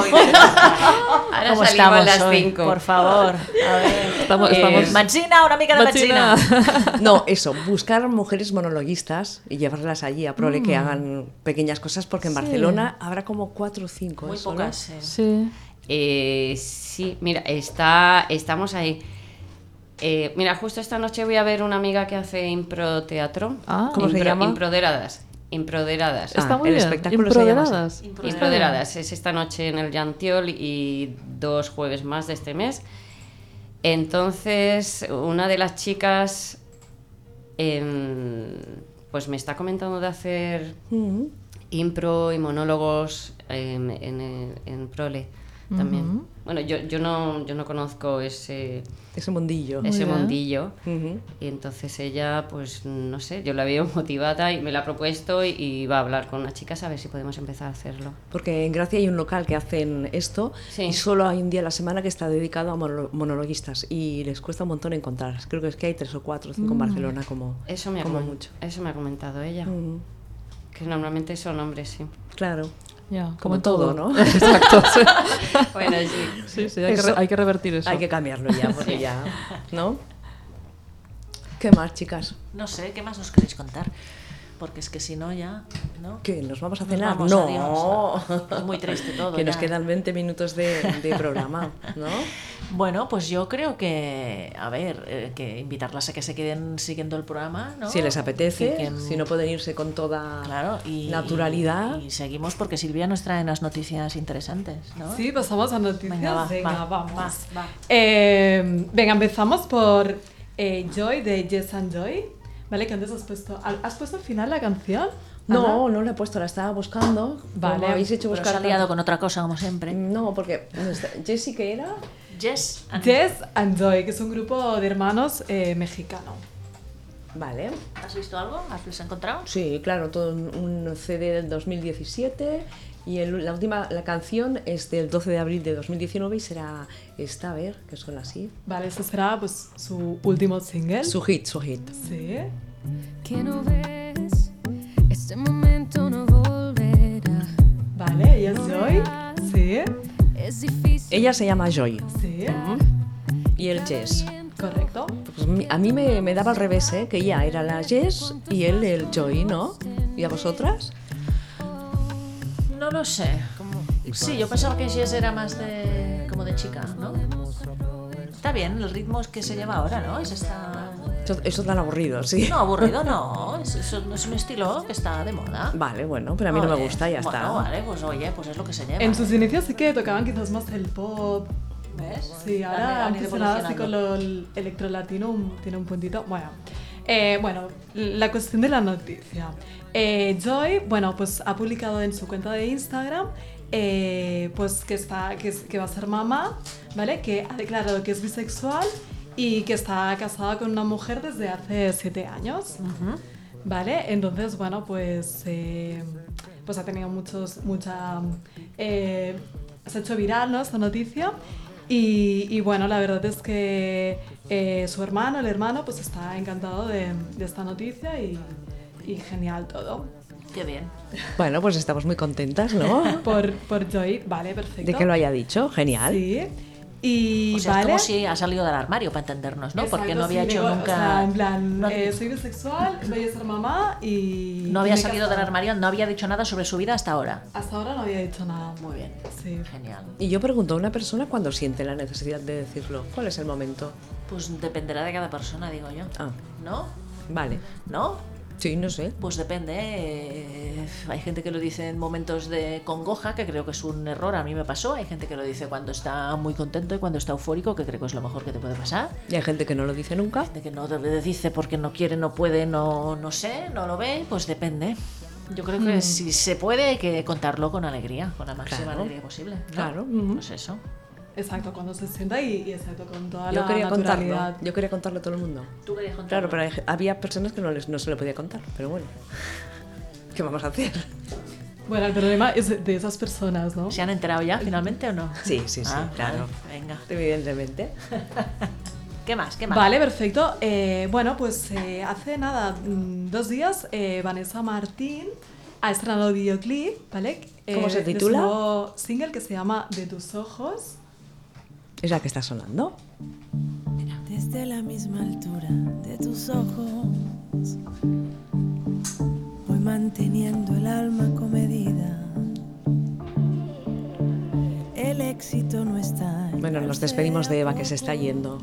Speaker 5: Ahora
Speaker 2: ¿Cómo
Speaker 5: salimos
Speaker 2: estamos
Speaker 5: a las
Speaker 2: hoy?
Speaker 5: 5.
Speaker 2: Por favor. A ver.
Speaker 6: Estamos,
Speaker 5: Eh,
Speaker 6: estamos...
Speaker 2: Manchina, una mica de
Speaker 6: Machina.
Speaker 2: manchina.
Speaker 1: No, eso, buscar mujeres monologuistas y llevarlas allí a prole que hagan pequeñas cosas, porque en
Speaker 6: Sí.
Speaker 1: Barcelona habrá como cuatro o cinco.
Speaker 2: Muy
Speaker 1: eso, ¿no?
Speaker 2: pocas. eh.
Speaker 6: Sí.
Speaker 5: Eh, sí, mira, está, estamos ahí. Eh, mira, justo esta noche voy a ver una amiga que hace impro teatro.
Speaker 6: Ah. ¿Cómo
Speaker 1: se
Speaker 5: Impro-
Speaker 1: llama?
Speaker 5: Improderadas. Improderadas.
Speaker 1: Ah,
Speaker 6: Está muy
Speaker 1: el
Speaker 6: bien.
Speaker 1: espectáculo se llama así.
Speaker 6: Improderadas.
Speaker 5: Improderadas. Es esta noche en el Llantiol y dos jueves más de este mes. Entonces, una de las chicas em, pues me está comentando de hacer
Speaker 1: Mm.
Speaker 5: impro y monólogos em, en, en- en Prole también. Bueno, yo, yo, no, yo no conozco ese,
Speaker 1: Ese mundillo.
Speaker 5: ese
Speaker 6: bien.
Speaker 5: mundillo.
Speaker 1: Ujú.
Speaker 5: Y entonces ella, pues no sé, yo la veo motivada y me la ha propuesto y, y va a hablar con las chicas a ver si podemos empezar a hacerlo.
Speaker 1: Porque en Gracia hay un local que hacen esto
Speaker 5: Sí.
Speaker 1: y solo hay un día a la semana que está dedicado a monolo- monologuistas y les cuesta un montón encontrar. Creo que es que hay tres o cuatro, cinco en
Speaker 2: Mm.
Speaker 1: Barcelona como,
Speaker 5: Eso me ha,
Speaker 1: como
Speaker 5: comen-
Speaker 1: mucho.
Speaker 5: Eso me ha comentado ella,
Speaker 1: Mm,
Speaker 5: que normalmente son hombres, sí.
Speaker 1: Claro,
Speaker 6: Ya, como,
Speaker 1: como
Speaker 6: en
Speaker 1: todo,
Speaker 6: todo,
Speaker 1: ¿no?
Speaker 6: Exacto. sí.
Speaker 5: bueno, sí.
Speaker 6: Sí, sí, hay, que,
Speaker 1: Eso-
Speaker 6: re- hay que revertir eso.
Speaker 1: Hay que cambiarlo ya, porque ya, ¿no? ¿Qué más, chicas?
Speaker 2: No sé, ¿qué más nos queréis contar? Porque es que si no, ya. ¿no?
Speaker 1: ¿Qué? ¿Nos vamos a
Speaker 2: Nos
Speaker 1: cenar?
Speaker 2: vamos,
Speaker 1: no.
Speaker 2: adiós. Es muy triste todo,
Speaker 1: Que nos
Speaker 2: ya.
Speaker 1: quedan 20 minutos de, de programa, ¿no?
Speaker 2: Bueno, pues yo creo que, a ver, eh, que invitarlas a que se queden siguiendo el programa, ¿no?
Speaker 1: Si les apetece,
Speaker 2: Y que-
Speaker 1: si no pueden irse con toda
Speaker 2: Claro, y,
Speaker 1: naturalidad.
Speaker 2: Y, seguimos porque Silvia nos trae unas noticias interesantes, ¿no?
Speaker 3: Sí, pasamos a noticias.
Speaker 2: Venga,
Speaker 3: Venga,
Speaker 2: va, va,
Speaker 3: vamos.
Speaker 2: va, va.
Speaker 3: Eh, venga, empezamos por eh, Joy de Yes and Joy. ¿Vale? Que antes has puesto. ¿Has puesto al final la canción? Ana?
Speaker 1: No, no la he puesto, la estaba buscando.
Speaker 3: Vale.
Speaker 1: Como habéis hecho
Speaker 2: Pero se
Speaker 1: buscar. Mm.
Speaker 2: ha liado con otra cosa, como siempre.
Speaker 1: No, porque no está- Jessie que era.
Speaker 2: Jess and-
Speaker 3: Yes and Joy, que es un grupo de hermanos eh, mexicano.
Speaker 1: Vale.
Speaker 2: ¿Has visto algo? ¿Has los encontrado?
Speaker 1: Sí, claro, todo un, un CD del 2017 y el- la última la canción es del 12 de abril de 2019 y será esta, a ver, que suena así.
Speaker 3: Vale, este será pues, su último single.
Speaker 1: Su hit, su hit.
Speaker 3: Sí.
Speaker 7: que no ves, este momento no volverá.
Speaker 3: Vale, Yes Joy. Sí.
Speaker 7: Es difícil.
Speaker 1: Ella se llama Joy
Speaker 3: Sí.
Speaker 1: y y el Jess.
Speaker 3: Correcto.
Speaker 1: Pues mi- a mí me, me daba al revés, ¿eh? que ella era la Jess y él el Joy, ¿no? ¿Y a vosotras?
Speaker 2: No lo sé. Sí, yo pensaba que Jess era más de como de chica, ¿no? Está bien, el ritmo es que se lleva ahora, ¿no? Es esta...
Speaker 1: Eso, eso tan aburrido, sí.
Speaker 2: No, aburrido no. Es, es un es un estilo que está de moda.
Speaker 1: Vale, bueno, pero a mí no me
Speaker 2: Vale.
Speaker 1: gusta, ya
Speaker 2: Bueno,
Speaker 1: está.
Speaker 2: vale, pues oye, pues es lo que se lleva.
Speaker 3: En sus inicios sí que tocaban quizás más el pop.
Speaker 2: ¿Ves?
Speaker 3: Sí, ahora
Speaker 2: Han
Speaker 3: han
Speaker 2: ido
Speaker 3: fusionado así con
Speaker 2: evolucionando.
Speaker 3: lo el- electrolatino, un- tiene un puntito. Bueno, Eh, bueno, la cuestión de la noticia. Eh, Joy, bueno, pues ha publicado en su cuenta de Instagram eh, pues que, está, que, es- que va a ser mamá, ¿vale? Que ha declarado que es bisexual y que está casada con una mujer desde hace siete años. ¿Vale? Entonces, bueno, pues, eh, pues ha tenido muchos, mucha... eh, se ha hecho viral, ¿no? Esta noticia. Y, y, bueno, la verdad es que eh, su hermano, el hermano, pues está encantado de, de esta noticia y, y genial todo.
Speaker 2: Qué bien.
Speaker 1: Bueno, pues estamos muy contentas, ¿no?
Speaker 3: Por, por Joy, vale, perfecto.
Speaker 1: De que lo haya dicho, genial.
Speaker 3: Sí. Y
Speaker 2: O sea, es
Speaker 3: vale.
Speaker 2: como si ha salido del armario, para entendernos, ¿no?
Speaker 3: Exacto,
Speaker 2: Porque no había
Speaker 3: sí,
Speaker 2: hecho
Speaker 3: digo, o
Speaker 2: nunca...
Speaker 3: sea, en plan,
Speaker 2: no,
Speaker 3: eh, soy bisexual, voy a ser mamá y.
Speaker 2: no había
Speaker 3: y me he
Speaker 2: salido del
Speaker 3: casado.
Speaker 2: armario, no había dicho nada sobre su vida hasta ahora.
Speaker 3: Hasta ahora no había dicho nada.
Speaker 2: Muy bien,
Speaker 3: Sí.
Speaker 2: genial.
Speaker 1: Y yo pregunto a una persona cuando siente la necesidad de decirlo. ¿Cuál es el momento?
Speaker 2: Pues dependerá de cada persona, digo yo.
Speaker 1: Ah,
Speaker 2: ¿No?
Speaker 1: vale.
Speaker 2: ¿No?
Speaker 1: Sí, no sé.
Speaker 2: Pues depende. eh, Hay gente que lo dice en momentos de congoja, que creo que es un error, a mí me pasó. Hay gente que lo dice cuando está muy contento y cuando está eufórico, que creo que es lo mejor que te puede pasar.
Speaker 1: Y hay gente que no lo dice nunca.
Speaker 2: De que no te lo dice porque no quiere, no puede, no, no sé, no lo ve, pues depende. Yo creo que si se puede hay que contarlo con alegría, con la máxima
Speaker 1: Mm. Claro.
Speaker 2: alegría posible. ¿no?
Speaker 1: Claro, mm. ujú.
Speaker 2: Pues eso.
Speaker 3: Exacto, cuando se sienta y, y exacto, con toda
Speaker 1: Yo
Speaker 3: la
Speaker 1: quería contarlo.
Speaker 3: naturalidad.
Speaker 1: Yo quería contarlo a todo el mundo.
Speaker 2: ¿Tú querías contar?
Speaker 1: Claro, pero hay- había personas que no, les, no se lo podía contar, pero bueno. ¿Qué vamos a hacer?
Speaker 3: Bueno, el problema es de esas personas, ¿no?
Speaker 2: ¿Se han enterado ya finalmente o no?
Speaker 1: Sí, sí, sí,
Speaker 2: Ah,
Speaker 1: claro.
Speaker 2: vale, venga.
Speaker 1: Evidentemente.
Speaker 2: ¿Qué más? ¿Qué más?
Speaker 3: Vale, perfecto. Eh, bueno, pues eh, hace nada, mm, dos días, eh, Vanessa Martín ha estrenado videoclip, ¿vale?
Speaker 1: ¿Cómo
Speaker 3: Eh,
Speaker 1: se
Speaker 3: de su
Speaker 1: titula?
Speaker 3: nuevo single que se llama De tus ojos.
Speaker 1: Es la que está sonando.
Speaker 8: desde la misma altura de tus ojos. Voy manteniendo el alma comedida. El éxito no está. en
Speaker 1: Bueno, nos despedimos de Eva que se está yendo.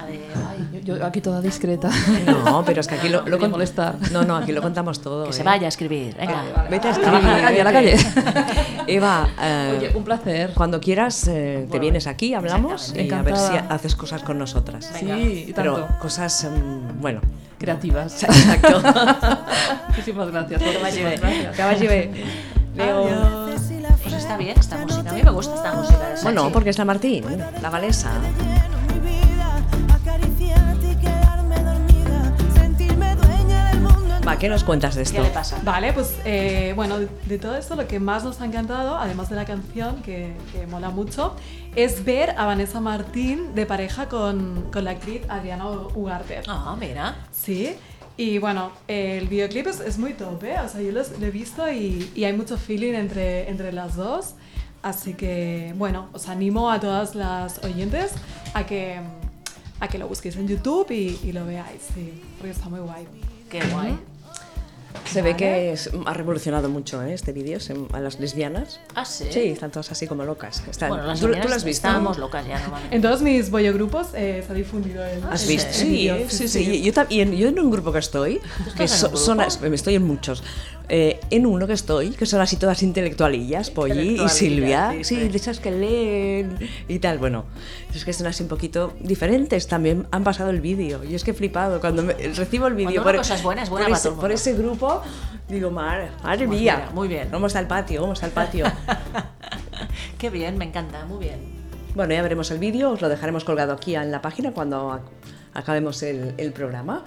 Speaker 6: Yo, yo aquí toda discreta.
Speaker 1: No, pero es que aquí lo, lo
Speaker 6: Quería
Speaker 1: cont-
Speaker 6: molestar.
Speaker 1: No, no, aquí lo contamos todo.
Speaker 2: Que
Speaker 1: ¿eh?
Speaker 2: se vaya a escribir. Venga.
Speaker 1: Vete a
Speaker 6: la calle, a la
Speaker 1: vete.
Speaker 6: calle.
Speaker 1: Eva, eh,
Speaker 6: Oye, un placer.
Speaker 1: cuando quieras eh, te vienes aquí, hablamos y
Speaker 6: exactamente.
Speaker 1: a ver si
Speaker 6: Encantada.
Speaker 1: haces cosas con nosotras.
Speaker 6: Sí, y
Speaker 1: pero
Speaker 6: tanto.
Speaker 1: cosas, mm, bueno,
Speaker 6: Creativas.
Speaker 1: exacto.
Speaker 6: Muchísimas gracias. Muchísimas gracias.
Speaker 1: Que vagi bé.
Speaker 2: Pues está bien esta música. A mí me gusta esta música. de Sachi.
Speaker 1: Bueno, porque es la Martín, la Valesa.
Speaker 8: lleno mi vida, acariciarte y quedarme dormida, sentirme dueña del mundo.
Speaker 1: Va, ¿qué nos cuentas de
Speaker 2: ¿Qué
Speaker 1: esto?
Speaker 2: le pasa?
Speaker 3: Vale, pues eh, bueno, de, de todo esto lo que más nos ha encantado, además de la canción que, que mola mucho, es ver a Vanessa Martín de pareja con, con la actriz Adriana Ugarte.
Speaker 2: Ah, mira.
Speaker 3: Sí, y bueno, eh, el videoclip es, es muy top, ¿eh? O sea, yo los- lo he visto y, y hay mucho feeling entre, entre las dos. Así que, bueno, os animo a todas las oyentes a que, a que lo busquéis en YouTube y, y lo veáis, sí, porque está muy guay.
Speaker 2: Qué guay.
Speaker 1: Se ve que es- ha revolucionado mucho ¿eh? este vídeo se- a las lesbianas.
Speaker 2: Ah, sí.
Speaker 1: Sí, están todas así como locas. Están-
Speaker 2: Bueno, las
Speaker 1: ¿Tú, tú
Speaker 2: niñas
Speaker 1: lo has visto?
Speaker 2: estábamos locas ya normalmente.
Speaker 3: En todos mis boyogrupos eh, se ha difundido el.
Speaker 1: ¿Has
Speaker 3: el-
Speaker 1: visto?
Speaker 3: el
Speaker 1: Sí,
Speaker 3: vídeo,
Speaker 1: sí, sí. Yo, tam- y en, yo en un grupo que estoy, que
Speaker 2: estás en
Speaker 1: so-
Speaker 2: un grupo?
Speaker 1: son, as- me estoy en muchos, eh, en uno que estoy, que son así todas intelectualillas, Polly y
Speaker 2: Intelectualillas,
Speaker 1: Silvia,
Speaker 2: sí,
Speaker 1: sí,
Speaker 2: sí.
Speaker 1: de esas que leen y tal. Bueno, es que son así un poquito diferentes. También han pasado el vídeo. Yo es que he flipado cuando me- recibo el vídeo.
Speaker 2: Pues, una cosa es buena, es buena
Speaker 1: por
Speaker 2: para
Speaker 1: ese,
Speaker 2: todo el mundo.
Speaker 1: por ese grupo, digo, madre, madre
Speaker 2: Pues
Speaker 1: mía.
Speaker 2: mira, muy bien.
Speaker 1: Vamos al patio, vamos al patio.
Speaker 2: Qué bien, me encanta, muy bien.
Speaker 1: Bueno, ya veremos el vídeo, os lo dejaremos colgado aquí en la página cuando ac- acabemos el, el programa.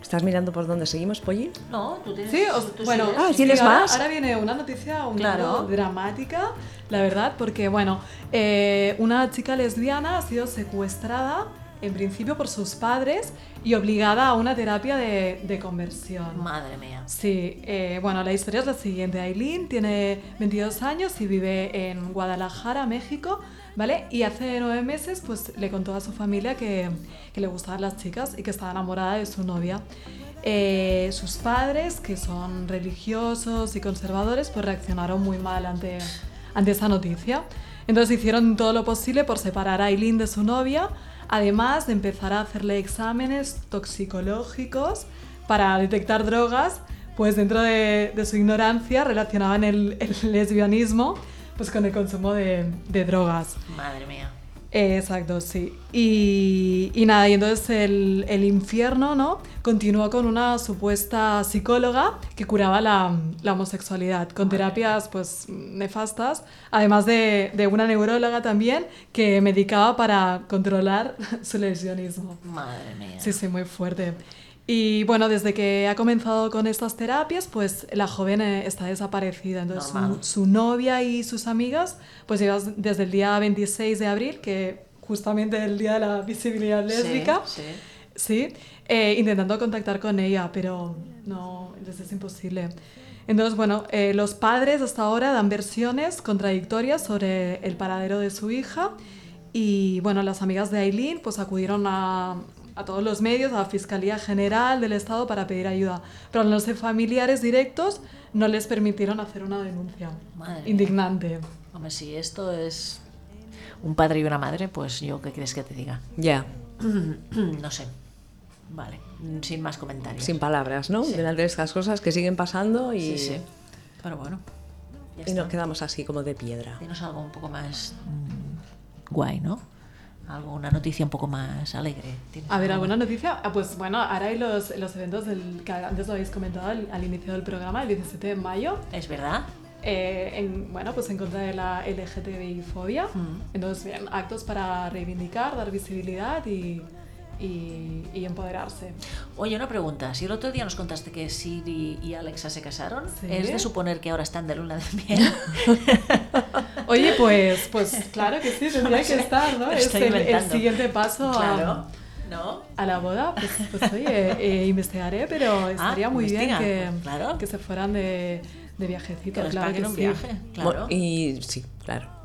Speaker 1: ¿Estás mirando por dónde seguimos, Polly?
Speaker 2: No, tú tienes.
Speaker 3: Sí, os-
Speaker 2: tú
Speaker 3: bueno,
Speaker 2: sigues.
Speaker 1: Ah, ¿tienes
Speaker 3: ahora-
Speaker 1: más?
Speaker 3: Ahora viene una noticia un
Speaker 2: Claro.
Speaker 3: poco dramática, la verdad, porque bueno, eh, una chica lesbiana ha sido secuestrada en principio por sus padres y obligada a una terapia de, de conversión.
Speaker 2: Madre mía.
Speaker 3: Sí, eh, bueno, la historia es la siguiente. Aileen tiene 22 años y vive en Guadalajara, México, ¿vale? Y hace nueve meses pues le contó a su familia que, que le gustaban las chicas y que estaba enamorada de su novia. Eh, sus padres, que son religiosos y conservadores, pues reaccionaron muy mal ante, ante esa noticia. Entonces hicieron todo lo posible por separar a Aileen de su novia, además de empezar a hacerle exámenes toxicológicos para detectar drogas, pues dentro de, de su ignorancia relacionaban el, el lesbianismo pues con el consumo de, de drogas.
Speaker 2: Madre mía.
Speaker 3: Eh, Exacto, sí. Y, y nada, y entonces el, el infierno, ¿no? Continuó con una supuesta psicóloga que curaba la, la homosexualidad, con terapias pues nefastas, además de, de una neuróloga también que medicaba para controlar su lesionismo.
Speaker 2: Madre mía.
Speaker 3: Sí, sí, muy fuerte. Y bueno, desde que ha comenzado con estas terapias, pues la joven eh, está desaparecida. Entonces su,
Speaker 2: Normal.
Speaker 3: su novia y sus amigas, pues llevas desde el día 26 de abril, que justamente es el día de la visibilidad
Speaker 2: Sí,
Speaker 3: lésbica, sí,
Speaker 2: sí.
Speaker 3: eh, intentando contactar con ella, pero no, les es imposible. Entonces, bueno, eh, los padres hasta ahora dan versiones contradictorias sobre el paradero de su hija y, bueno, las amigas de Aileen pues acudieron a, a todos los medios, a la Fiscalía General del Estado para pedir ayuda, pero los familiares directos no les permitieron hacer una denuncia.
Speaker 2: Madre mía.
Speaker 3: Indignante.
Speaker 2: Hombre, si esto es un padre y una madre, pues yo, ¿qué crees que te diga?
Speaker 1: Ya,
Speaker 2: no sé. Vale, sin más comentarios.
Speaker 1: sin palabras, ¿no? Delante de estas cosas que siguen pasando y,
Speaker 2: Sí, sí. Pero bueno, ya
Speaker 1: y
Speaker 2: está.
Speaker 1: nos quedamos así como de piedra.
Speaker 2: Dinos algo un poco más mm, guay, ¿no? Algo, una noticia un poco más alegre. ¿Tienes
Speaker 3: A ver, ¿alguna noticia? Ah, Pues bueno, ahora hay los, los eventos del, que antes lo habéis comentado al, al inicio del programa, el 17 de mayo,
Speaker 2: ¿Es verdad?
Speaker 3: eh, en, bueno, pues en contra de la LGTBI-fobia.
Speaker 2: Mm.
Speaker 3: Entonces, bien, actos para reivindicar, dar visibilidad y, y- y empoderarse.
Speaker 2: Oye, una pregunta. Si el otro día nos contaste que Siri y Alexa se casaron,
Speaker 3: Sí.
Speaker 2: ¿es de suponer que ahora están de luna de miel?
Speaker 3: Oye, pues, pues claro que sí, tendría que estar, ¿no?
Speaker 2: Lo
Speaker 3: Es
Speaker 2: estoy
Speaker 3: el, el
Speaker 2: inventando.
Speaker 3: siguiente paso a-
Speaker 2: Claro, ¿no?
Speaker 3: a la boda, pues, pues, oye, eh, investigaré, pero estaría muy bien
Speaker 2: Ah, investiga,
Speaker 3: que,
Speaker 2: pues, claro.
Speaker 3: que se fueran de, de viajecito,
Speaker 2: Que les
Speaker 3: claro
Speaker 2: paguen
Speaker 3: que
Speaker 2: un
Speaker 3: sí.
Speaker 2: viaje, claro.
Speaker 1: Mo- Y sí, claro.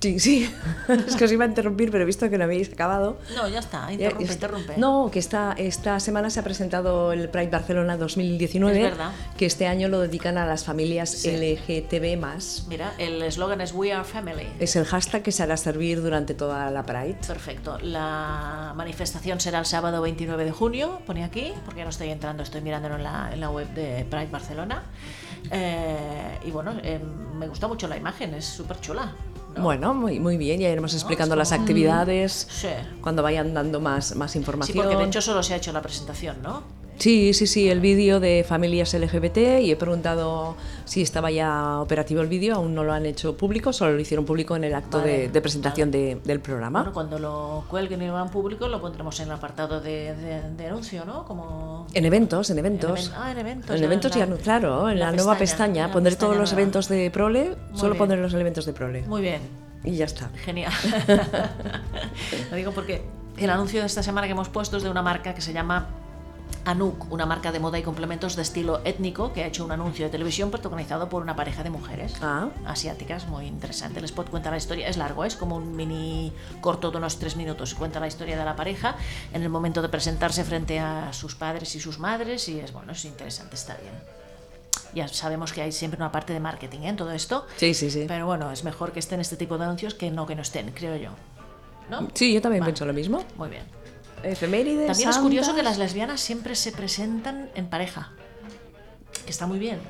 Speaker 1: Sí, sí. es que os iba a interrumpir, pero he visto que no habéis acabado.
Speaker 2: No, ya está,
Speaker 1: Ya,
Speaker 2: interrumpe,
Speaker 1: eh, es-
Speaker 2: interrumpe.
Speaker 1: No, que esta, esta semana se ha presentado el Pride Barcelona 2019,
Speaker 2: Es verdad.
Speaker 1: que este año lo dedican a las familias
Speaker 2: Sí.
Speaker 1: LGTB+.
Speaker 2: Mira, el eslogan es We are family.
Speaker 1: Es el hashtag que se hará servir durante toda la Pride.
Speaker 2: Perfecto. La manifestación será el sábado 29 de junio, pone aquí, porque no estoy entrando, estoy mirándolo en la, en la web de Pride Barcelona. Eh, y bueno, eh, me gusta mucho la imagen, es súper chula. ¿no?
Speaker 1: Bueno, muy, muy bien, ya iremos explicando
Speaker 2: es
Speaker 1: las
Speaker 2: como-
Speaker 1: actividades
Speaker 2: Sí.
Speaker 1: cuando vayan dando más, más
Speaker 2: Sí,
Speaker 1: información.
Speaker 2: porque de hecho solo se ha hecho la presentación, ¿no?
Speaker 1: Sí, sí, sí, el vídeo de familias LGBT y he preguntado si estaba ya operativo el vídeo, aún no lo han hecho público, solo lo hicieron público en el acto
Speaker 2: Vale,
Speaker 1: de, de presentación de- del programa.
Speaker 2: Bueno, cuando lo cuelguen y lo hagan público lo pondremos en el apartado de, de- de anuncio, ¿no? Como...
Speaker 1: en eventos, en eventos.
Speaker 2: En even- ah, en eventos,
Speaker 1: En
Speaker 2: ya,
Speaker 1: eventos
Speaker 2: en la-
Speaker 1: ya, no, claro, en
Speaker 2: en
Speaker 1: la,
Speaker 2: la
Speaker 1: nueva
Speaker 2: pestaña,
Speaker 1: pestaña.
Speaker 2: en la
Speaker 1: pondré todos
Speaker 2: pestaña
Speaker 1: los
Speaker 2: nueva.
Speaker 1: eventos de Prole, solo
Speaker 2: bien.
Speaker 1: pondré los elementos de Prole.
Speaker 2: Muy bien,
Speaker 1: Y ya está.
Speaker 2: Genial. Lo digo porque el anuncio de esta semana que hemos puesto es de una marca que se llama Anuk, una marca de moda y complementos de estilo étnico que ha hecho un anuncio de televisión protagonizado por una pareja de mujeres
Speaker 1: Ah.
Speaker 2: asiáticas, muy interesante. El spot cuenta la historia, es largo, es como un mini corto de unos tres minutos. Cuenta la historia de la pareja en el momento de presentarse frente a sus padres y sus madres y es bueno, es interesante, está bien. Ya sabemos que hay siempre una parte de marketing ¿eh? en todo esto,
Speaker 1: Sí, sí, sí.
Speaker 2: pero bueno, es mejor que estén este tipo de anuncios que no que no estén, creo yo. ¿No?
Speaker 1: Sí, yo también
Speaker 2: Vale.
Speaker 1: pienso lo mismo.
Speaker 2: Muy bien.
Speaker 1: Efemérides.
Speaker 2: También es curioso
Speaker 1: santas.
Speaker 2: que las lesbianas siempre se presentan en pareja. Que está muy bien.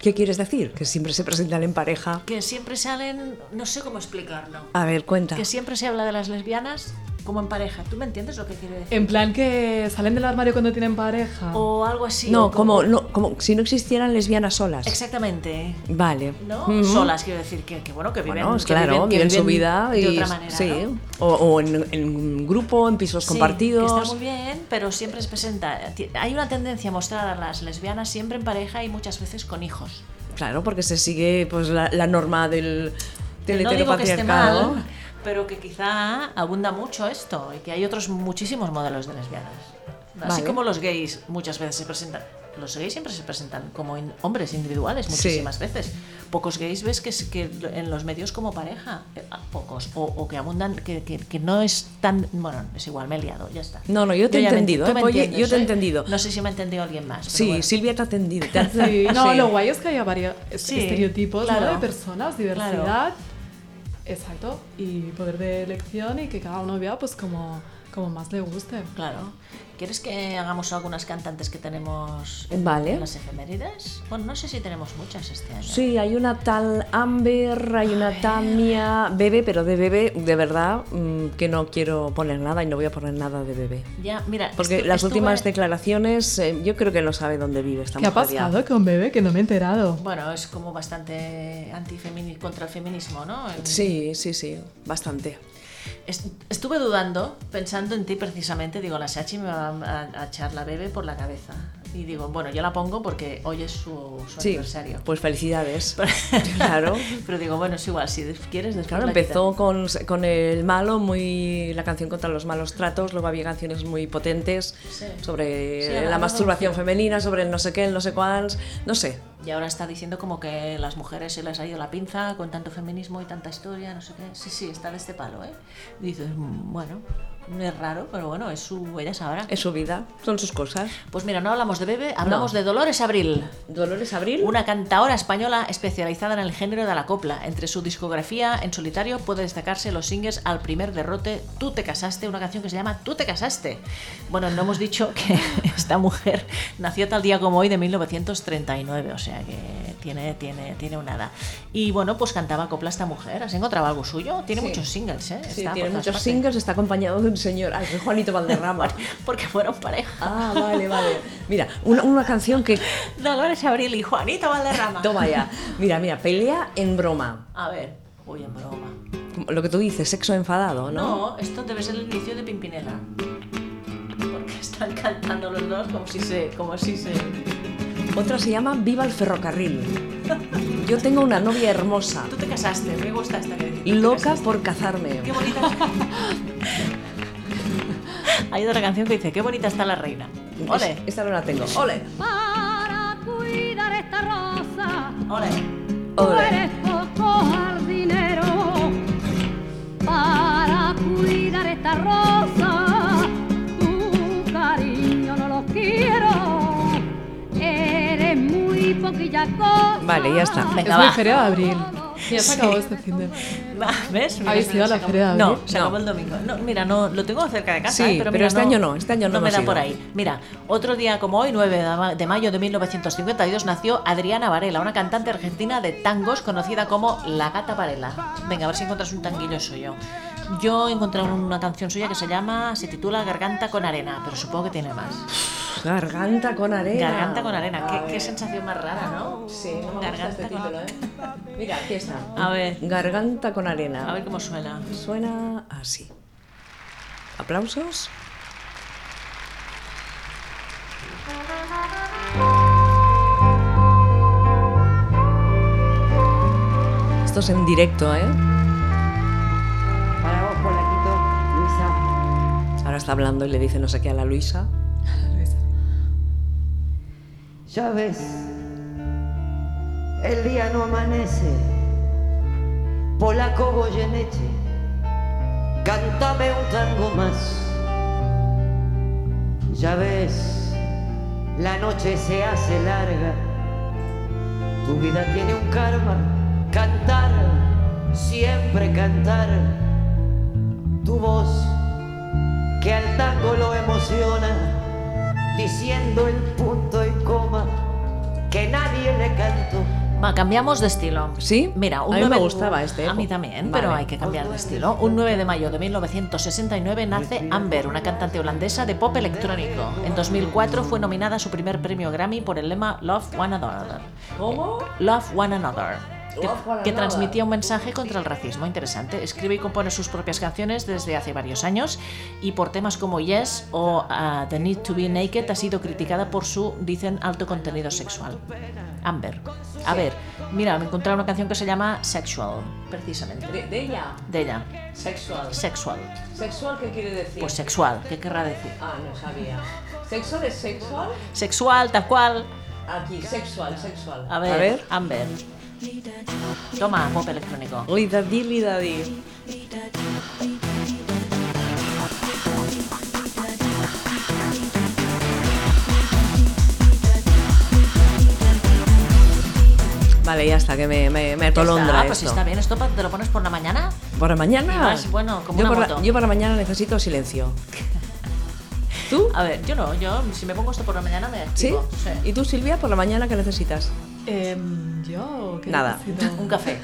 Speaker 1: ¿Qué quieres decir? Que siempre se presentan en pareja.
Speaker 2: Que siempre salen, no sé cómo explicarlo.
Speaker 1: A ver, cuenta.
Speaker 2: Que siempre se habla de las lesbianas como en pareja. ¿Tú me entiendes lo que quiero decir?
Speaker 3: En plan que salen del armario cuando tienen pareja.
Speaker 1: Oh,
Speaker 2: O algo así.
Speaker 1: no,
Speaker 2: o como-
Speaker 1: como, no, como si no existieran lesbianas solas.
Speaker 2: Exactamente.
Speaker 1: Vale.
Speaker 2: ¿No?
Speaker 1: Ujú.
Speaker 2: Solas, quiero decir, que, que bueno, que viven,
Speaker 1: Bueno, es
Speaker 2: que
Speaker 1: claro,
Speaker 2: viven, que
Speaker 1: viven su
Speaker 2: viven
Speaker 1: vida y
Speaker 2: de otra manera.
Speaker 1: sí,
Speaker 2: ¿no?
Speaker 1: o, o en, en un grupo, en pisos
Speaker 2: Sí,
Speaker 1: compartidos.
Speaker 2: que está muy bien, pero siempre se presenta. ti- Hay una tendencia a mostrar a las lesbianas siempre en pareja y muchas veces con hijos.
Speaker 1: Claro, porque se sigue pues la, la norma del, del
Speaker 2: no digo que esté
Speaker 1: heteropatriarcado.
Speaker 2: mal, pero que quizá abunda mucho esto y que hay otros muchísimos modelos de lesbianas. Así
Speaker 1: Vale.
Speaker 2: como los gays muchas veces se presentan los gays siempre se presentan como in- hombres individuales muchísimas veces. Pocos gays ves que, se- que en los medios como pareja, eh, ah, pocos, o, o que abundan, que, que- que no es tan... Bueno, es igual, me he liado, ya está.
Speaker 1: No, no, yo te he
Speaker 2: ya me-
Speaker 1: entendido,
Speaker 2: tú
Speaker 1: ¿eh?
Speaker 2: me
Speaker 1: Oye,
Speaker 2: entiendes,
Speaker 1: yo te he
Speaker 2: ¿eh?
Speaker 1: entendido.
Speaker 2: No sé si me ha entendido alguien más. pero
Speaker 1: Sí,
Speaker 2: bueno.
Speaker 1: Silvia te ha atendido. te ha-
Speaker 3: Sí, no,
Speaker 1: sí.
Speaker 3: lo guay es que haya varios
Speaker 2: Sí,
Speaker 3: estereotipos ¿no?
Speaker 2: claro.
Speaker 3: de personas, diversidad. Exacto. Y poder de elección y que cada uno vea pues como, como más le guste.
Speaker 2: Claro. ¿Quieres que hagamos algunas cantantes que tenemos en
Speaker 1: Vale.
Speaker 2: las efemérides? Bueno, no sé si tenemos muchas este año.
Speaker 1: Sí, hay una tal Amber, hay una Tamia, Bebe, pero de Bebe, de verdad, mm, que no quiero poner nada y no voy a poner nada de Bebe.
Speaker 2: Ya, mira,
Speaker 1: Porque
Speaker 2: estu-
Speaker 1: las
Speaker 2: estuve-
Speaker 1: últimas declaraciones, eh, yo creo que no sabe dónde vive esta
Speaker 3: ¿Qué ha
Speaker 1: mujer ya.
Speaker 3: pasado con Bebe? Que no me he enterado.
Speaker 2: Bueno, es como bastante antifemini contra el feminismo, ¿no? En-
Speaker 1: Sí, sí, sí, bastante.
Speaker 2: Est- Estuve dudando, pensando en ti precisamente, digo, la Sachi me va a, a echar la bebé por la cabeza. Y digo, bueno, yo la pongo porque hoy es su, su
Speaker 1: Sí,
Speaker 2: aniversario.
Speaker 1: Pues felicidades. claro.
Speaker 2: Pero digo, bueno, es igual, si des- quieres después
Speaker 1: Claro,
Speaker 2: Pues la
Speaker 1: empezó con, con el malo, muy la canción contra los malos tratos, luego había canciones muy potentes
Speaker 2: Sí.
Speaker 1: sobre
Speaker 2: Sí,
Speaker 1: la
Speaker 2: hablaba
Speaker 1: masturbación femenina, sobre el no sé qué, el no sé cuáns, no sé.
Speaker 2: quitamos. Y ahora está diciendo como que las mujeres se les ha ido la pinza con tanto feminismo y tanta historia, no sé qué. Sí, sí, está de este palo, ¿eh? Y dices, "Mm, bueno, no es raro, pero bueno, es su... Ella sabrá.
Speaker 1: Es su vida, son sus cosas.
Speaker 2: Pues mira, no hablamos de bebé, hablamos de Dolores Abril.
Speaker 1: Dolores Abril.
Speaker 2: Una cantaora española especializada en el género de la copla. Entre su discografía en solitario puede destacarse los singles Al primer derrote, Tú te casaste, una canción que se llama Tú te casaste. Bueno, no hemos dicho que esta mujer nació tal día como hoy de 1939, o sea que tiene, tiene, tiene una edad. Y bueno, pues cantaba copla esta mujer. ¿Has encontrado algo suyo? Tiene muchos singles, ¿eh?
Speaker 1: Sí,
Speaker 2: Está por
Speaker 1: tiene
Speaker 2: todas
Speaker 1: muchos
Speaker 2: partes.
Speaker 1: singles, está acompañado de un señor, ay, de Juanito Valderrama.
Speaker 2: Porque fueron pareja.
Speaker 1: ah, vale, vale. Mira, una, una canción que
Speaker 2: Dolores Abril y Juanito Valderrama.
Speaker 1: toma ya. Mira, mira, pelea en broma.
Speaker 2: A ver, uy, en broma.
Speaker 1: Como Lo que tú dices, sexo enfadado, ¿no?
Speaker 2: No, esto debe ser el inicio de Pimpinela. Porque están cantando los dos como si se. como si se.
Speaker 1: Otra se llama Viva el ferrocarril. Yo tengo una novia hermosa.
Speaker 2: Tú te casaste, me gusta esta que dice, "Tú te
Speaker 1: Loca
Speaker 2: casaste".
Speaker 1: por cazarme.
Speaker 2: Qué bonita. Hay otra canción que dice, qué bonita está la reina.
Speaker 1: Es-
Speaker 2: Ole,
Speaker 1: Esta no la tengo. Ole.
Speaker 9: para cuidar esta rosa.
Speaker 2: ole.
Speaker 9: Tú
Speaker 1: Ole.
Speaker 9: eres poco jardinero para cuidar esta rosa. Tu cariño no lo quiero. Eres muy poquilla cosa.
Speaker 1: Vale, ya está.
Speaker 2: Venga,
Speaker 3: es muy
Speaker 2: va.
Speaker 3: feria de abril. Ya se acabó este fin de.
Speaker 2: Va, Ah, ¿Ves? Mira,
Speaker 3: ¿Habéis
Speaker 2: mira,
Speaker 3: ido a
Speaker 2: se
Speaker 3: la
Speaker 2: acabó.
Speaker 3: feria de abril?
Speaker 2: No, se acabó el domingo. No, mira, no, lo tengo cerca de casa,
Speaker 1: Sí,
Speaker 2: ¿eh? pero,
Speaker 1: pero
Speaker 2: mira,
Speaker 1: este año no, este año no
Speaker 2: me
Speaker 1: hemos
Speaker 2: da
Speaker 1: ido.
Speaker 2: por ahí. Mira, otro día como hoy, 9 de- de mayo de 1952, nació Adriana Varela, una cantante argentina de tangos conocida como La Gata Varela. Venga, a ver si encuentras un tanguillo suyo. Yo encontré una canción suya que se llama, se titula Garganta con arena, pero supongo que tiene más.
Speaker 1: Garganta con arena.
Speaker 2: Garganta con arena,
Speaker 1: A
Speaker 2: qué,
Speaker 1: ver.
Speaker 2: qué sensación más rara, ¿no?
Speaker 1: Sí, no me gusta
Speaker 2: Garganta
Speaker 1: este
Speaker 2: con
Speaker 1: título, ¿eh? Mira, aquí está.
Speaker 2: A ver,
Speaker 1: Garganta con
Speaker 2: a ver
Speaker 1: arena.
Speaker 2: cómo suena.
Speaker 1: Suena así. ¿Aplausos? Esto es en directo, ¿eh?
Speaker 5: Para vos, polaquito, Luisa.
Speaker 1: Ahora está hablando y le dice no sé qué a la Luisa.
Speaker 10: Ya ves, el día no amanece. Polaco Goyeneche, cántame un tango más. Ya ves, la noche se hace larga. Tu vida tiene un karma, cantar, siempre cantar. Tu voz que al tango lo emociona diciendo el punto y coma que nadie le cantó.
Speaker 2: Va, cambiamos de estilo.
Speaker 1: ¿Sí?
Speaker 2: Mira, un
Speaker 1: A mí me
Speaker 2: 9 de-
Speaker 1: gustaba este,
Speaker 2: A mí
Speaker 1: ¿eh? Vale.
Speaker 2: también, pero hay que cambiar de estilo. Un 9 de mayo de 1969 nace Amber, una cantante holandesa de pop electrónico. En 2004 fue nominada a su primer premio Grammy por el lema Love One Another. ¿Cómo? Love One Another. que, que transmitía un mensaje contra el racismo. Interesante. Escribe y compone sus propias canciones desde hace varios años y por temas como Yes o ah, The Need to Be Naked ha sido criticada por su, dicen, alto contenido sexual. Amber. A ver, mira, me encontré una canción que se llama Sexual, precisamente.
Speaker 1: De, de ella,
Speaker 2: De ella.
Speaker 1: sexual.
Speaker 2: Sexual.
Speaker 1: ¿Sexual qué quiere decir?
Speaker 2: Pues sexual, ¿qué querrá decir?
Speaker 1: Ah, no sabía. ¿Sexual es sexual?
Speaker 2: Sexual, tal cual.
Speaker 1: Aquí, sexual, sexual.
Speaker 2: A ver, Amber. Toma, pop electrónico.
Speaker 1: Lidadí, lidadí. Vale, ya está, que me, me, me atolondra
Speaker 2: Ah, pues
Speaker 1: esto.
Speaker 2: está bien, esto pa- te lo pones por la mañana.
Speaker 1: Por la mañana.
Speaker 2: Y vas, bueno, como
Speaker 1: yo,
Speaker 2: una
Speaker 1: por la,
Speaker 2: moto.
Speaker 1: yo por la mañana necesito silencio. ¿Tú?
Speaker 2: A ver, yo no, yo si me pongo esto por la mañana me
Speaker 1: ¿Sí?
Speaker 2: activo. Ah, Sí.
Speaker 1: ¿Y tú, Silvia, por la mañana qué necesitas?
Speaker 3: Em, yo, ¿qué
Speaker 1: Nada.
Speaker 3: necesito?
Speaker 2: Un café.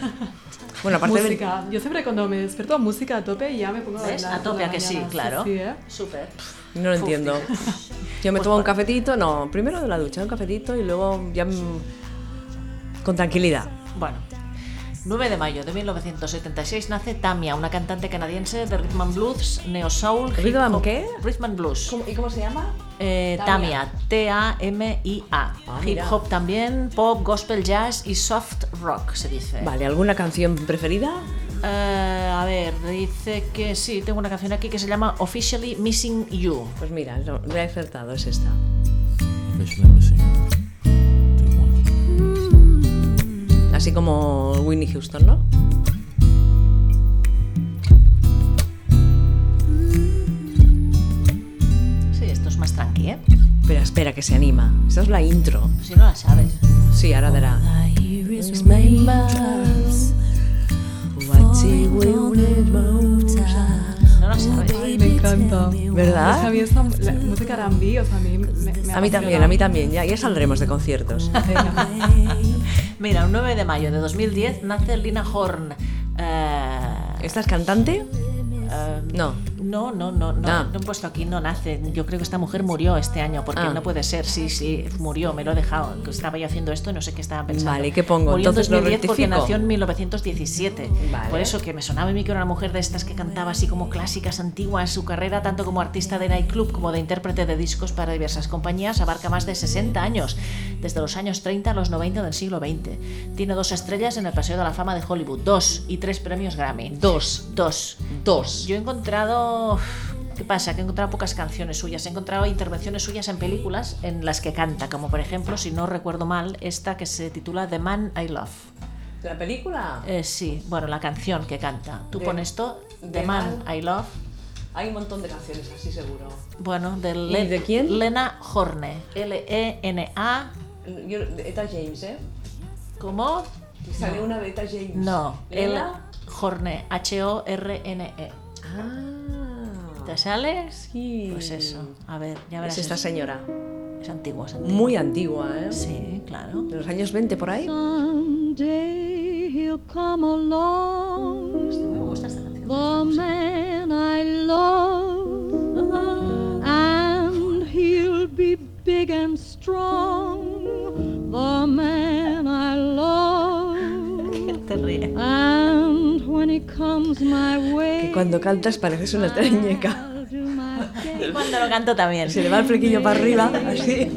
Speaker 1: Bueno, aparte de-
Speaker 3: música. Yo siempre cuando me despierto a música a tope y ya me pongo a
Speaker 2: ¿Ves?
Speaker 3: bailar.
Speaker 2: A
Speaker 3: por
Speaker 2: tope,
Speaker 3: la
Speaker 2: a que sí,
Speaker 3: mañana.
Speaker 2: claro.
Speaker 3: sí, ¿eh?
Speaker 2: Súper.
Speaker 1: No lo entiendo. Yo me tomo un cafetito, no, primero de la ducha, un cafetito y luego ya mm, con tranquilidad.
Speaker 2: Bueno. 9 de mayo de 1976 nace Tamia, una cantante canadiense de rhythm and blues, neo soul,
Speaker 1: ¿Rhythm
Speaker 2: hip
Speaker 1: and
Speaker 2: hop-
Speaker 1: qué?
Speaker 2: Rhythm and blues.
Speaker 1: ¿Y cómo se llama?
Speaker 2: Eh, Tamia, T-A-M-I-A.
Speaker 1: Ah,
Speaker 2: Hip
Speaker 1: mira.
Speaker 2: hop también, pop, gospel, jazz y soft rock se dice.
Speaker 1: Vale, ¿alguna canción preferida?
Speaker 2: Eh, a ver, dice que sí, tengo una canción aquí que se llama Officially Missing You.
Speaker 1: Pues mira, no, la he acertado, es esta. Así como Winnie Houston, ¿no?
Speaker 2: Sí, esto es más tranqui, ¿eh?
Speaker 1: Pero espera, que se anima. Esta es la intro.
Speaker 2: Si no la sabes.
Speaker 1: Sí, ahora dará.
Speaker 2: No la sabes.
Speaker 3: Ay, me encanta.
Speaker 1: ¿Verdad?
Speaker 3: Es que a mí esta la música R&B, o sea, a mí me, me
Speaker 1: A mí también,
Speaker 3: apasiona.
Speaker 1: a mí también. Ya, ya saldremos de conciertos.
Speaker 2: Mira, un 9 de mayo de 2010 nace Lina Horn. Eh,
Speaker 1: ¿Esta es cantante?
Speaker 2: eh,
Speaker 1: No.
Speaker 2: no, no, no, no,
Speaker 1: Ah.
Speaker 2: no he puesto aquí, no nace. Yo creo que esta mujer murió este año, porque
Speaker 1: Ah.
Speaker 2: no puede ser. Sí, sí, murió, me lo he dejado. que Estaba yo haciendo esto y no sé qué estaba pensando.
Speaker 1: Vale, ¿qué pongo?
Speaker 2: Murió en
Speaker 1: Entonces lo
Speaker 2: 2010 porque
Speaker 1: rectifico.
Speaker 2: nació en 1917.
Speaker 1: Vale.
Speaker 2: Por eso que me sonaba a mí que era una mujer de estas que cantaba así como clásicas antiguas. Su carrera, tanto como artista de nightclub como de intérprete de discos para diversas compañías, abarca más de 60 años, desde los años 30 a los 90 del siglo XX. Tiene dos estrellas en el Paseo de la Fama de Hollywood, dos y tres premios Grammy.
Speaker 1: Dos.
Speaker 2: Dos.
Speaker 1: Dos.
Speaker 2: Yo he encontrado. ¿Qué pasa? Que he encontrado pocas canciones suyas. He encontrado intervenciones suyas en películas en las que canta, como por ejemplo, si no recuerdo mal, esta que se titula The Man I Love.
Speaker 1: ¿La película?
Speaker 2: Eh, sí, bueno, la canción que canta. Tú
Speaker 1: De-
Speaker 2: pones esto, The,
Speaker 1: de
Speaker 2: Man
Speaker 1: Man-
Speaker 2: I Love,
Speaker 1: Hay un montón de canciones así, seguro.
Speaker 2: bueno, de,
Speaker 1: ¿Y de quién?
Speaker 2: Lena Horne. E L-E-N-A,
Speaker 1: Yo, Eta James, ¿eh?
Speaker 2: ¿cómo?
Speaker 1: Sale una de Eta James.
Speaker 2: No, L
Speaker 1: ¿Ela?
Speaker 2: Horne, H-O-R-N-E.
Speaker 1: Ah.
Speaker 2: E. ¿Te sales?
Speaker 1: Sí.
Speaker 2: Pues eso, a ver, ya verás.
Speaker 1: Es esta
Speaker 2: es-
Speaker 1: señora.
Speaker 2: es antiguo, es antiguo.
Speaker 1: Muy antigua, ¿eh?
Speaker 2: Sí, claro.
Speaker 1: De los años 20 por ahí.
Speaker 7: Someday he'll come along. The man I love, and he'll be big and strong. The man I love,
Speaker 2: Te ríes.
Speaker 7: and when he comes my way,
Speaker 1: Que cuando cantas pareces una treñeca.
Speaker 7: I'll do my best.
Speaker 2: Cuando lo canto también.
Speaker 1: Se le va el flequillo para arriba, así.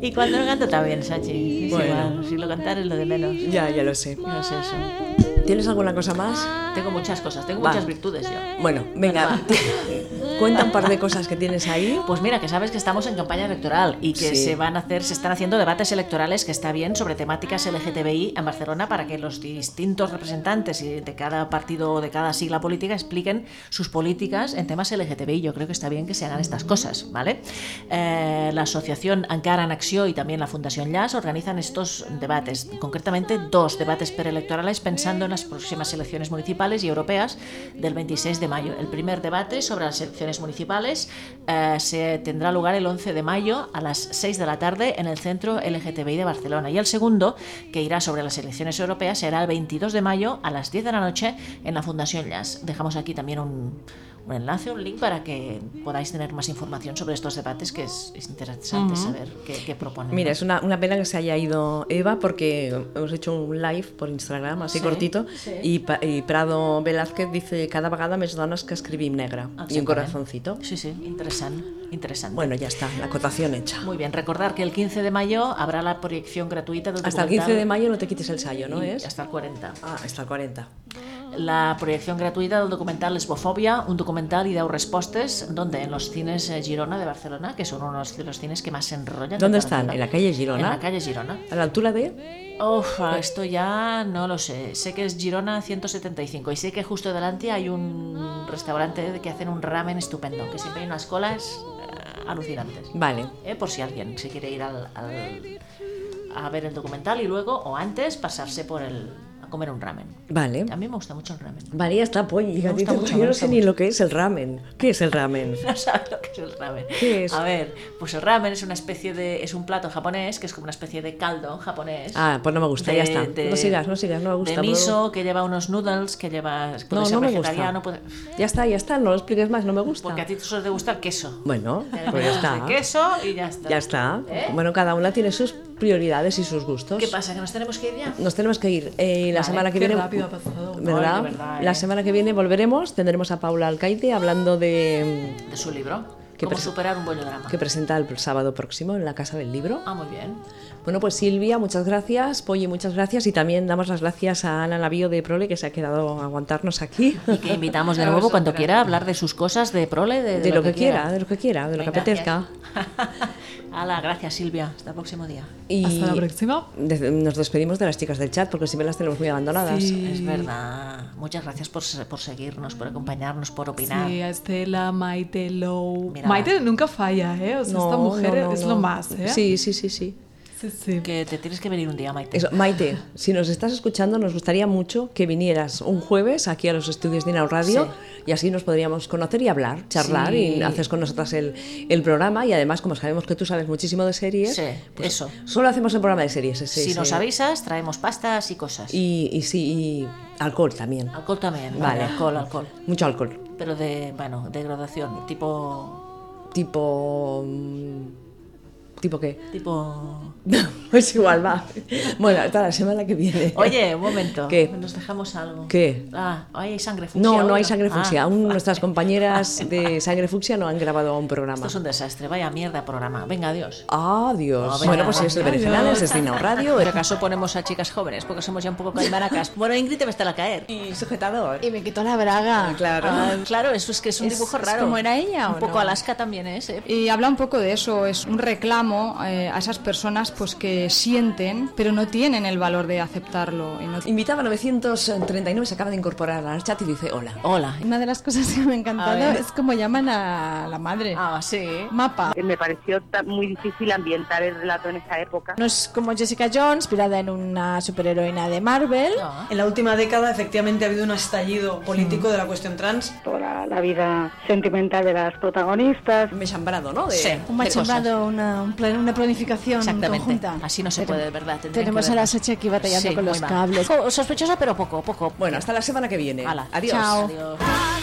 Speaker 2: Y cuando lo canto también, Sachi. Es
Speaker 1: Bueno.
Speaker 2: igual, si lo cantar es lo de menos.
Speaker 1: Ya, ya lo sé.
Speaker 2: No es eso.
Speaker 1: ¿Tienes alguna cosa más?
Speaker 2: Tengo muchas cosas, tengo
Speaker 1: Va.
Speaker 2: muchas virtudes yo.
Speaker 1: Bueno, venga. Cuenta un par de cosas que tienes ahí.
Speaker 2: Pues mira, que sabes que estamos en campaña electoral y que
Speaker 1: Sí.
Speaker 2: se van a hacer, se están haciendo debates electorales que está bien sobre temáticas LGTBI en Barcelona para que los distintos representantes y de cada partido o de cada sigla política expliquen sus políticas en temas LGTBI. Yo creo que está bien que se hagan estas cosas, ¿vale? Eh, la asociación Encara en Acció y también la Fundación Llas organizan estos debates, concretamente dos debates preelectorales pensando en las próximas elecciones municipales y europeas del 26 de mayo. El primer debate sobre las elecciones municipales eh, se tendrá lugar el 11 de mayo a las 6 de la tarde en el Centro LGTBI de Barcelona y el segundo, que irá sobre las elecciones europeas, será el 22 de mayo a las 10 de la noche en la Fundación Llas. Dejamos aquí también un, un enlace, un link para que podáis tener más información sobre estos debates, que es, es interesante
Speaker 1: Ujú.
Speaker 2: saber qué, qué proponen.
Speaker 1: Mira, es una, una pena que se haya ido Eva porque hemos hecho un live por Instagram, así
Speaker 2: Sí,
Speaker 1: cortito,
Speaker 2: sí.
Speaker 1: y, Pa- y Prado Velázquez dice cada vegada més dones que escribim negre. I un
Speaker 2: Exactament.
Speaker 1: corazoncito.
Speaker 2: Sí, sí, interesante. interesante.
Speaker 1: Bueno, ya está, la acotación hecha.
Speaker 2: Muy bien, recordar que el 15 de mayo habrá la proyección gratuita del
Speaker 1: Hasta el
Speaker 2: documental-
Speaker 1: 15 de mayo no te quites el sayo, ¿no
Speaker 2: Y
Speaker 1: es?
Speaker 2: Hasta el 40.
Speaker 1: Ah, hasta el 40.
Speaker 2: La proyección gratuita del documental Lesbofobia, un documental y deu respuestas, donde en los cines eh, Girona de Barcelona, que son unos de los cines que más se enrollan. de
Speaker 1: ¿Dónde están?
Speaker 2: Barcelona.
Speaker 1: ¿En la calle Girona?
Speaker 2: En la calle Girona.
Speaker 1: ¿A la altura de?
Speaker 2: Uf, ah, esto ya no lo sé. Sé que es Girona 175 y sé que justo delante hay un restaurante que hacen un ramen estupendo, que siempre hay unas colas eh, alucinantes.
Speaker 1: Vale.
Speaker 2: Eh, por si alguien se quiere ir al- al- a ver el documental y luego o antes pasarse por el a comer un ramen.
Speaker 1: Vale.
Speaker 2: A mí me gusta mucho el ramen.
Speaker 1: Vale, ya está, pues,
Speaker 2: gusta
Speaker 1: gatito,
Speaker 2: mucho,
Speaker 1: yo
Speaker 2: me
Speaker 1: no
Speaker 2: gusta
Speaker 1: sé ni lo que es el ramen. ¿Qué es el ramen?
Speaker 2: No sabes lo que es el ramen.
Speaker 1: ¿Qué es?
Speaker 2: A ver, pues el ramen es una especie de es un plato japonés que es como una especie de caldo japonés.
Speaker 1: Ah, pues no me gusta,
Speaker 2: de-
Speaker 1: ya está.
Speaker 2: de-
Speaker 1: No sigas, no sigas, no me gusta.
Speaker 2: de
Speaker 1: pero-
Speaker 2: miso que lleva unos noodles que lleva puede
Speaker 1: No,
Speaker 2: ser
Speaker 1: no me gusta.
Speaker 2: vegetariano puede-
Speaker 1: Ya está, ya está, no lo expliques más, no me gusta.
Speaker 2: porque a ti solo te gusta el queso
Speaker 1: Bueno,
Speaker 2: Te
Speaker 1: pues ya
Speaker 2: gusta el
Speaker 1: está.
Speaker 2: queso y ya está
Speaker 1: Ya está.
Speaker 2: ¿Eh?
Speaker 1: Bueno, cada una tiene sus prioridades y sus gustos.
Speaker 2: qué pasa que nos tenemos que ir ya
Speaker 1: Nos tenemos que ir. Eh, la
Speaker 2: Vale,
Speaker 1: semana que
Speaker 2: qué
Speaker 1: viene.
Speaker 2: rápido ha pasado.
Speaker 1: ¿Verdad?
Speaker 2: Ay, de verdad,
Speaker 1: La
Speaker 2: eh.
Speaker 1: semana que viene volveremos, tendremos a Paula Alcaide hablando de.
Speaker 2: de su libro
Speaker 1: Que
Speaker 2: cómo
Speaker 1: presen-
Speaker 2: superar un buen drama
Speaker 1: que presenta el sábado próximo en la Casa del Libro.
Speaker 2: ah muy bien
Speaker 1: Bueno, pues Silvia, muchas gracias. Polly, muchas gracias. Y también damos las gracias a Ana Lavío de Prole, que se ha quedado a aguantarnos aquí.
Speaker 2: y que invitamos de nuevo cuando quiera a hablar de sus cosas de prole de,
Speaker 1: De, lo, que quiera, de lo que quiera, de lo que
Speaker 2: Venga,
Speaker 1: apetezca.
Speaker 2: Hala, gracias Silvia hasta el próximo día
Speaker 1: Y
Speaker 3: Hasta la próxima.
Speaker 1: des- nos despedimos de las chicas del chat, porque siempre las tenemos muy abandonadas.
Speaker 3: Sí.
Speaker 2: es verdad muchas gracias por, se- por seguirnos por acompañarnos por opinar
Speaker 3: Sí, a Estela, Maite, Low.
Speaker 2: Mira.
Speaker 3: Maite nunca falla, ¿eh? O sea, esta mujer
Speaker 1: no, no,
Speaker 3: es
Speaker 1: no.
Speaker 3: lo más, ¿eh?
Speaker 1: Sí, sí, sí, sí.
Speaker 3: sí, sí.
Speaker 2: que te tienes que venir un día Maite
Speaker 1: Eso, Maite, si nos estás escuchando, nos gustaría mucho que vinieras un jueves aquí a los estudios de Inau Radio y así nos podríamos conocer y hablar, charlar
Speaker 2: Sí.
Speaker 1: y haces con nosotras el, el programa y además, como sabemos que tú sabes muchísimo de series, pues
Speaker 2: Sí, eso.
Speaker 1: solo hacemos el programa de series. ese-
Speaker 2: si
Speaker 1: ese-
Speaker 2: nos avisas, traemos pastas y cosas.
Speaker 1: Y, y sí, y alcohol también.
Speaker 2: Alcohol también,
Speaker 1: Vale.
Speaker 2: vale. Alcohol, alcohol.
Speaker 1: Mucho alcohol.
Speaker 2: Pero de, bueno, de graduación, tipo.
Speaker 1: Tipo... mm, ¿Tipo qué?
Speaker 2: tipo...
Speaker 1: pues igual va. Bueno, hasta la semana que viene.
Speaker 2: Oye, un momento.
Speaker 1: ¿Qué?
Speaker 2: Nos dejamos algo.
Speaker 1: ¿Qué?
Speaker 2: Ah, ay, hay sangre fucsia.
Speaker 1: No,
Speaker 2: hoy,
Speaker 1: no hay sangre fucsia.
Speaker 2: Ah,
Speaker 1: Aún nuestras compañeras de sangre fucsia no han grabado aún
Speaker 2: esto
Speaker 1: programa.
Speaker 2: es un desastre, vaya mierda programa. Venga, adiós.
Speaker 1: Adiós.
Speaker 2: No, venga,
Speaker 1: bueno, pues
Speaker 2: no,
Speaker 1: es el Berenjenales, es Dinau Radio.
Speaker 2: Por acaso ponemos a chicas jóvenes, porque somos ya un poco caimaracas. Bueno, Ingrid te va a estar a caer.
Speaker 1: Y sujetador.
Speaker 11: Y me quitó la braga.
Speaker 1: Claro.
Speaker 2: Ah, claro, eso es que es un
Speaker 11: Es-
Speaker 2: dibujo
Speaker 11: es
Speaker 2: raro.
Speaker 11: como era ella,
Speaker 2: Un
Speaker 11: ¿o
Speaker 2: poco
Speaker 11: no?
Speaker 2: Alaska también es, ¿eh?
Speaker 11: Y habla un poco de eso, es un reclamo eh, a esas personas pues que sienten, pero no tienen el valor de aceptarlo. y no-
Speaker 1: Invitaba 939, se acaba de incorporar al chat y dice hola.
Speaker 2: Hola.
Speaker 11: Una de las cosas que me ha encantado
Speaker 2: A ver.
Speaker 11: es como llaman a la madre.
Speaker 2: Ah, sí.
Speaker 11: Mapa.
Speaker 12: Me pareció ta- muy difícil ambientar el relato en esa época.
Speaker 13: No es como Jessica Jones, inspirada en una superheroína de Marvel.
Speaker 14: En la última década, efectivamente, ha habido un estallido político de la cuestión trans.
Speaker 12: Toda la vida sentimental de las protagonistas.
Speaker 1: Me chambrado, ¿no?
Speaker 2: Sí,
Speaker 13: Un
Speaker 2: de cosas.
Speaker 13: machembrado, una, un plan- una planificación
Speaker 2: Exactamente.
Speaker 13: conjunta.
Speaker 2: Así no se
Speaker 13: Pero-
Speaker 2: puede, de verdad. tendrían
Speaker 13: Tenemos
Speaker 2: que
Speaker 13: a la
Speaker 2: vernos.
Speaker 13: Sachi aquí batallando
Speaker 2: Sí,
Speaker 13: con
Speaker 2: muy
Speaker 13: los
Speaker 2: mal.
Speaker 13: cables.
Speaker 2: Co- Sospechosa, Oh, pero poco, poco.
Speaker 1: Bueno, hasta la semana que viene.
Speaker 2: Hala.
Speaker 1: Adiós.
Speaker 13: Chao.
Speaker 2: Adiós.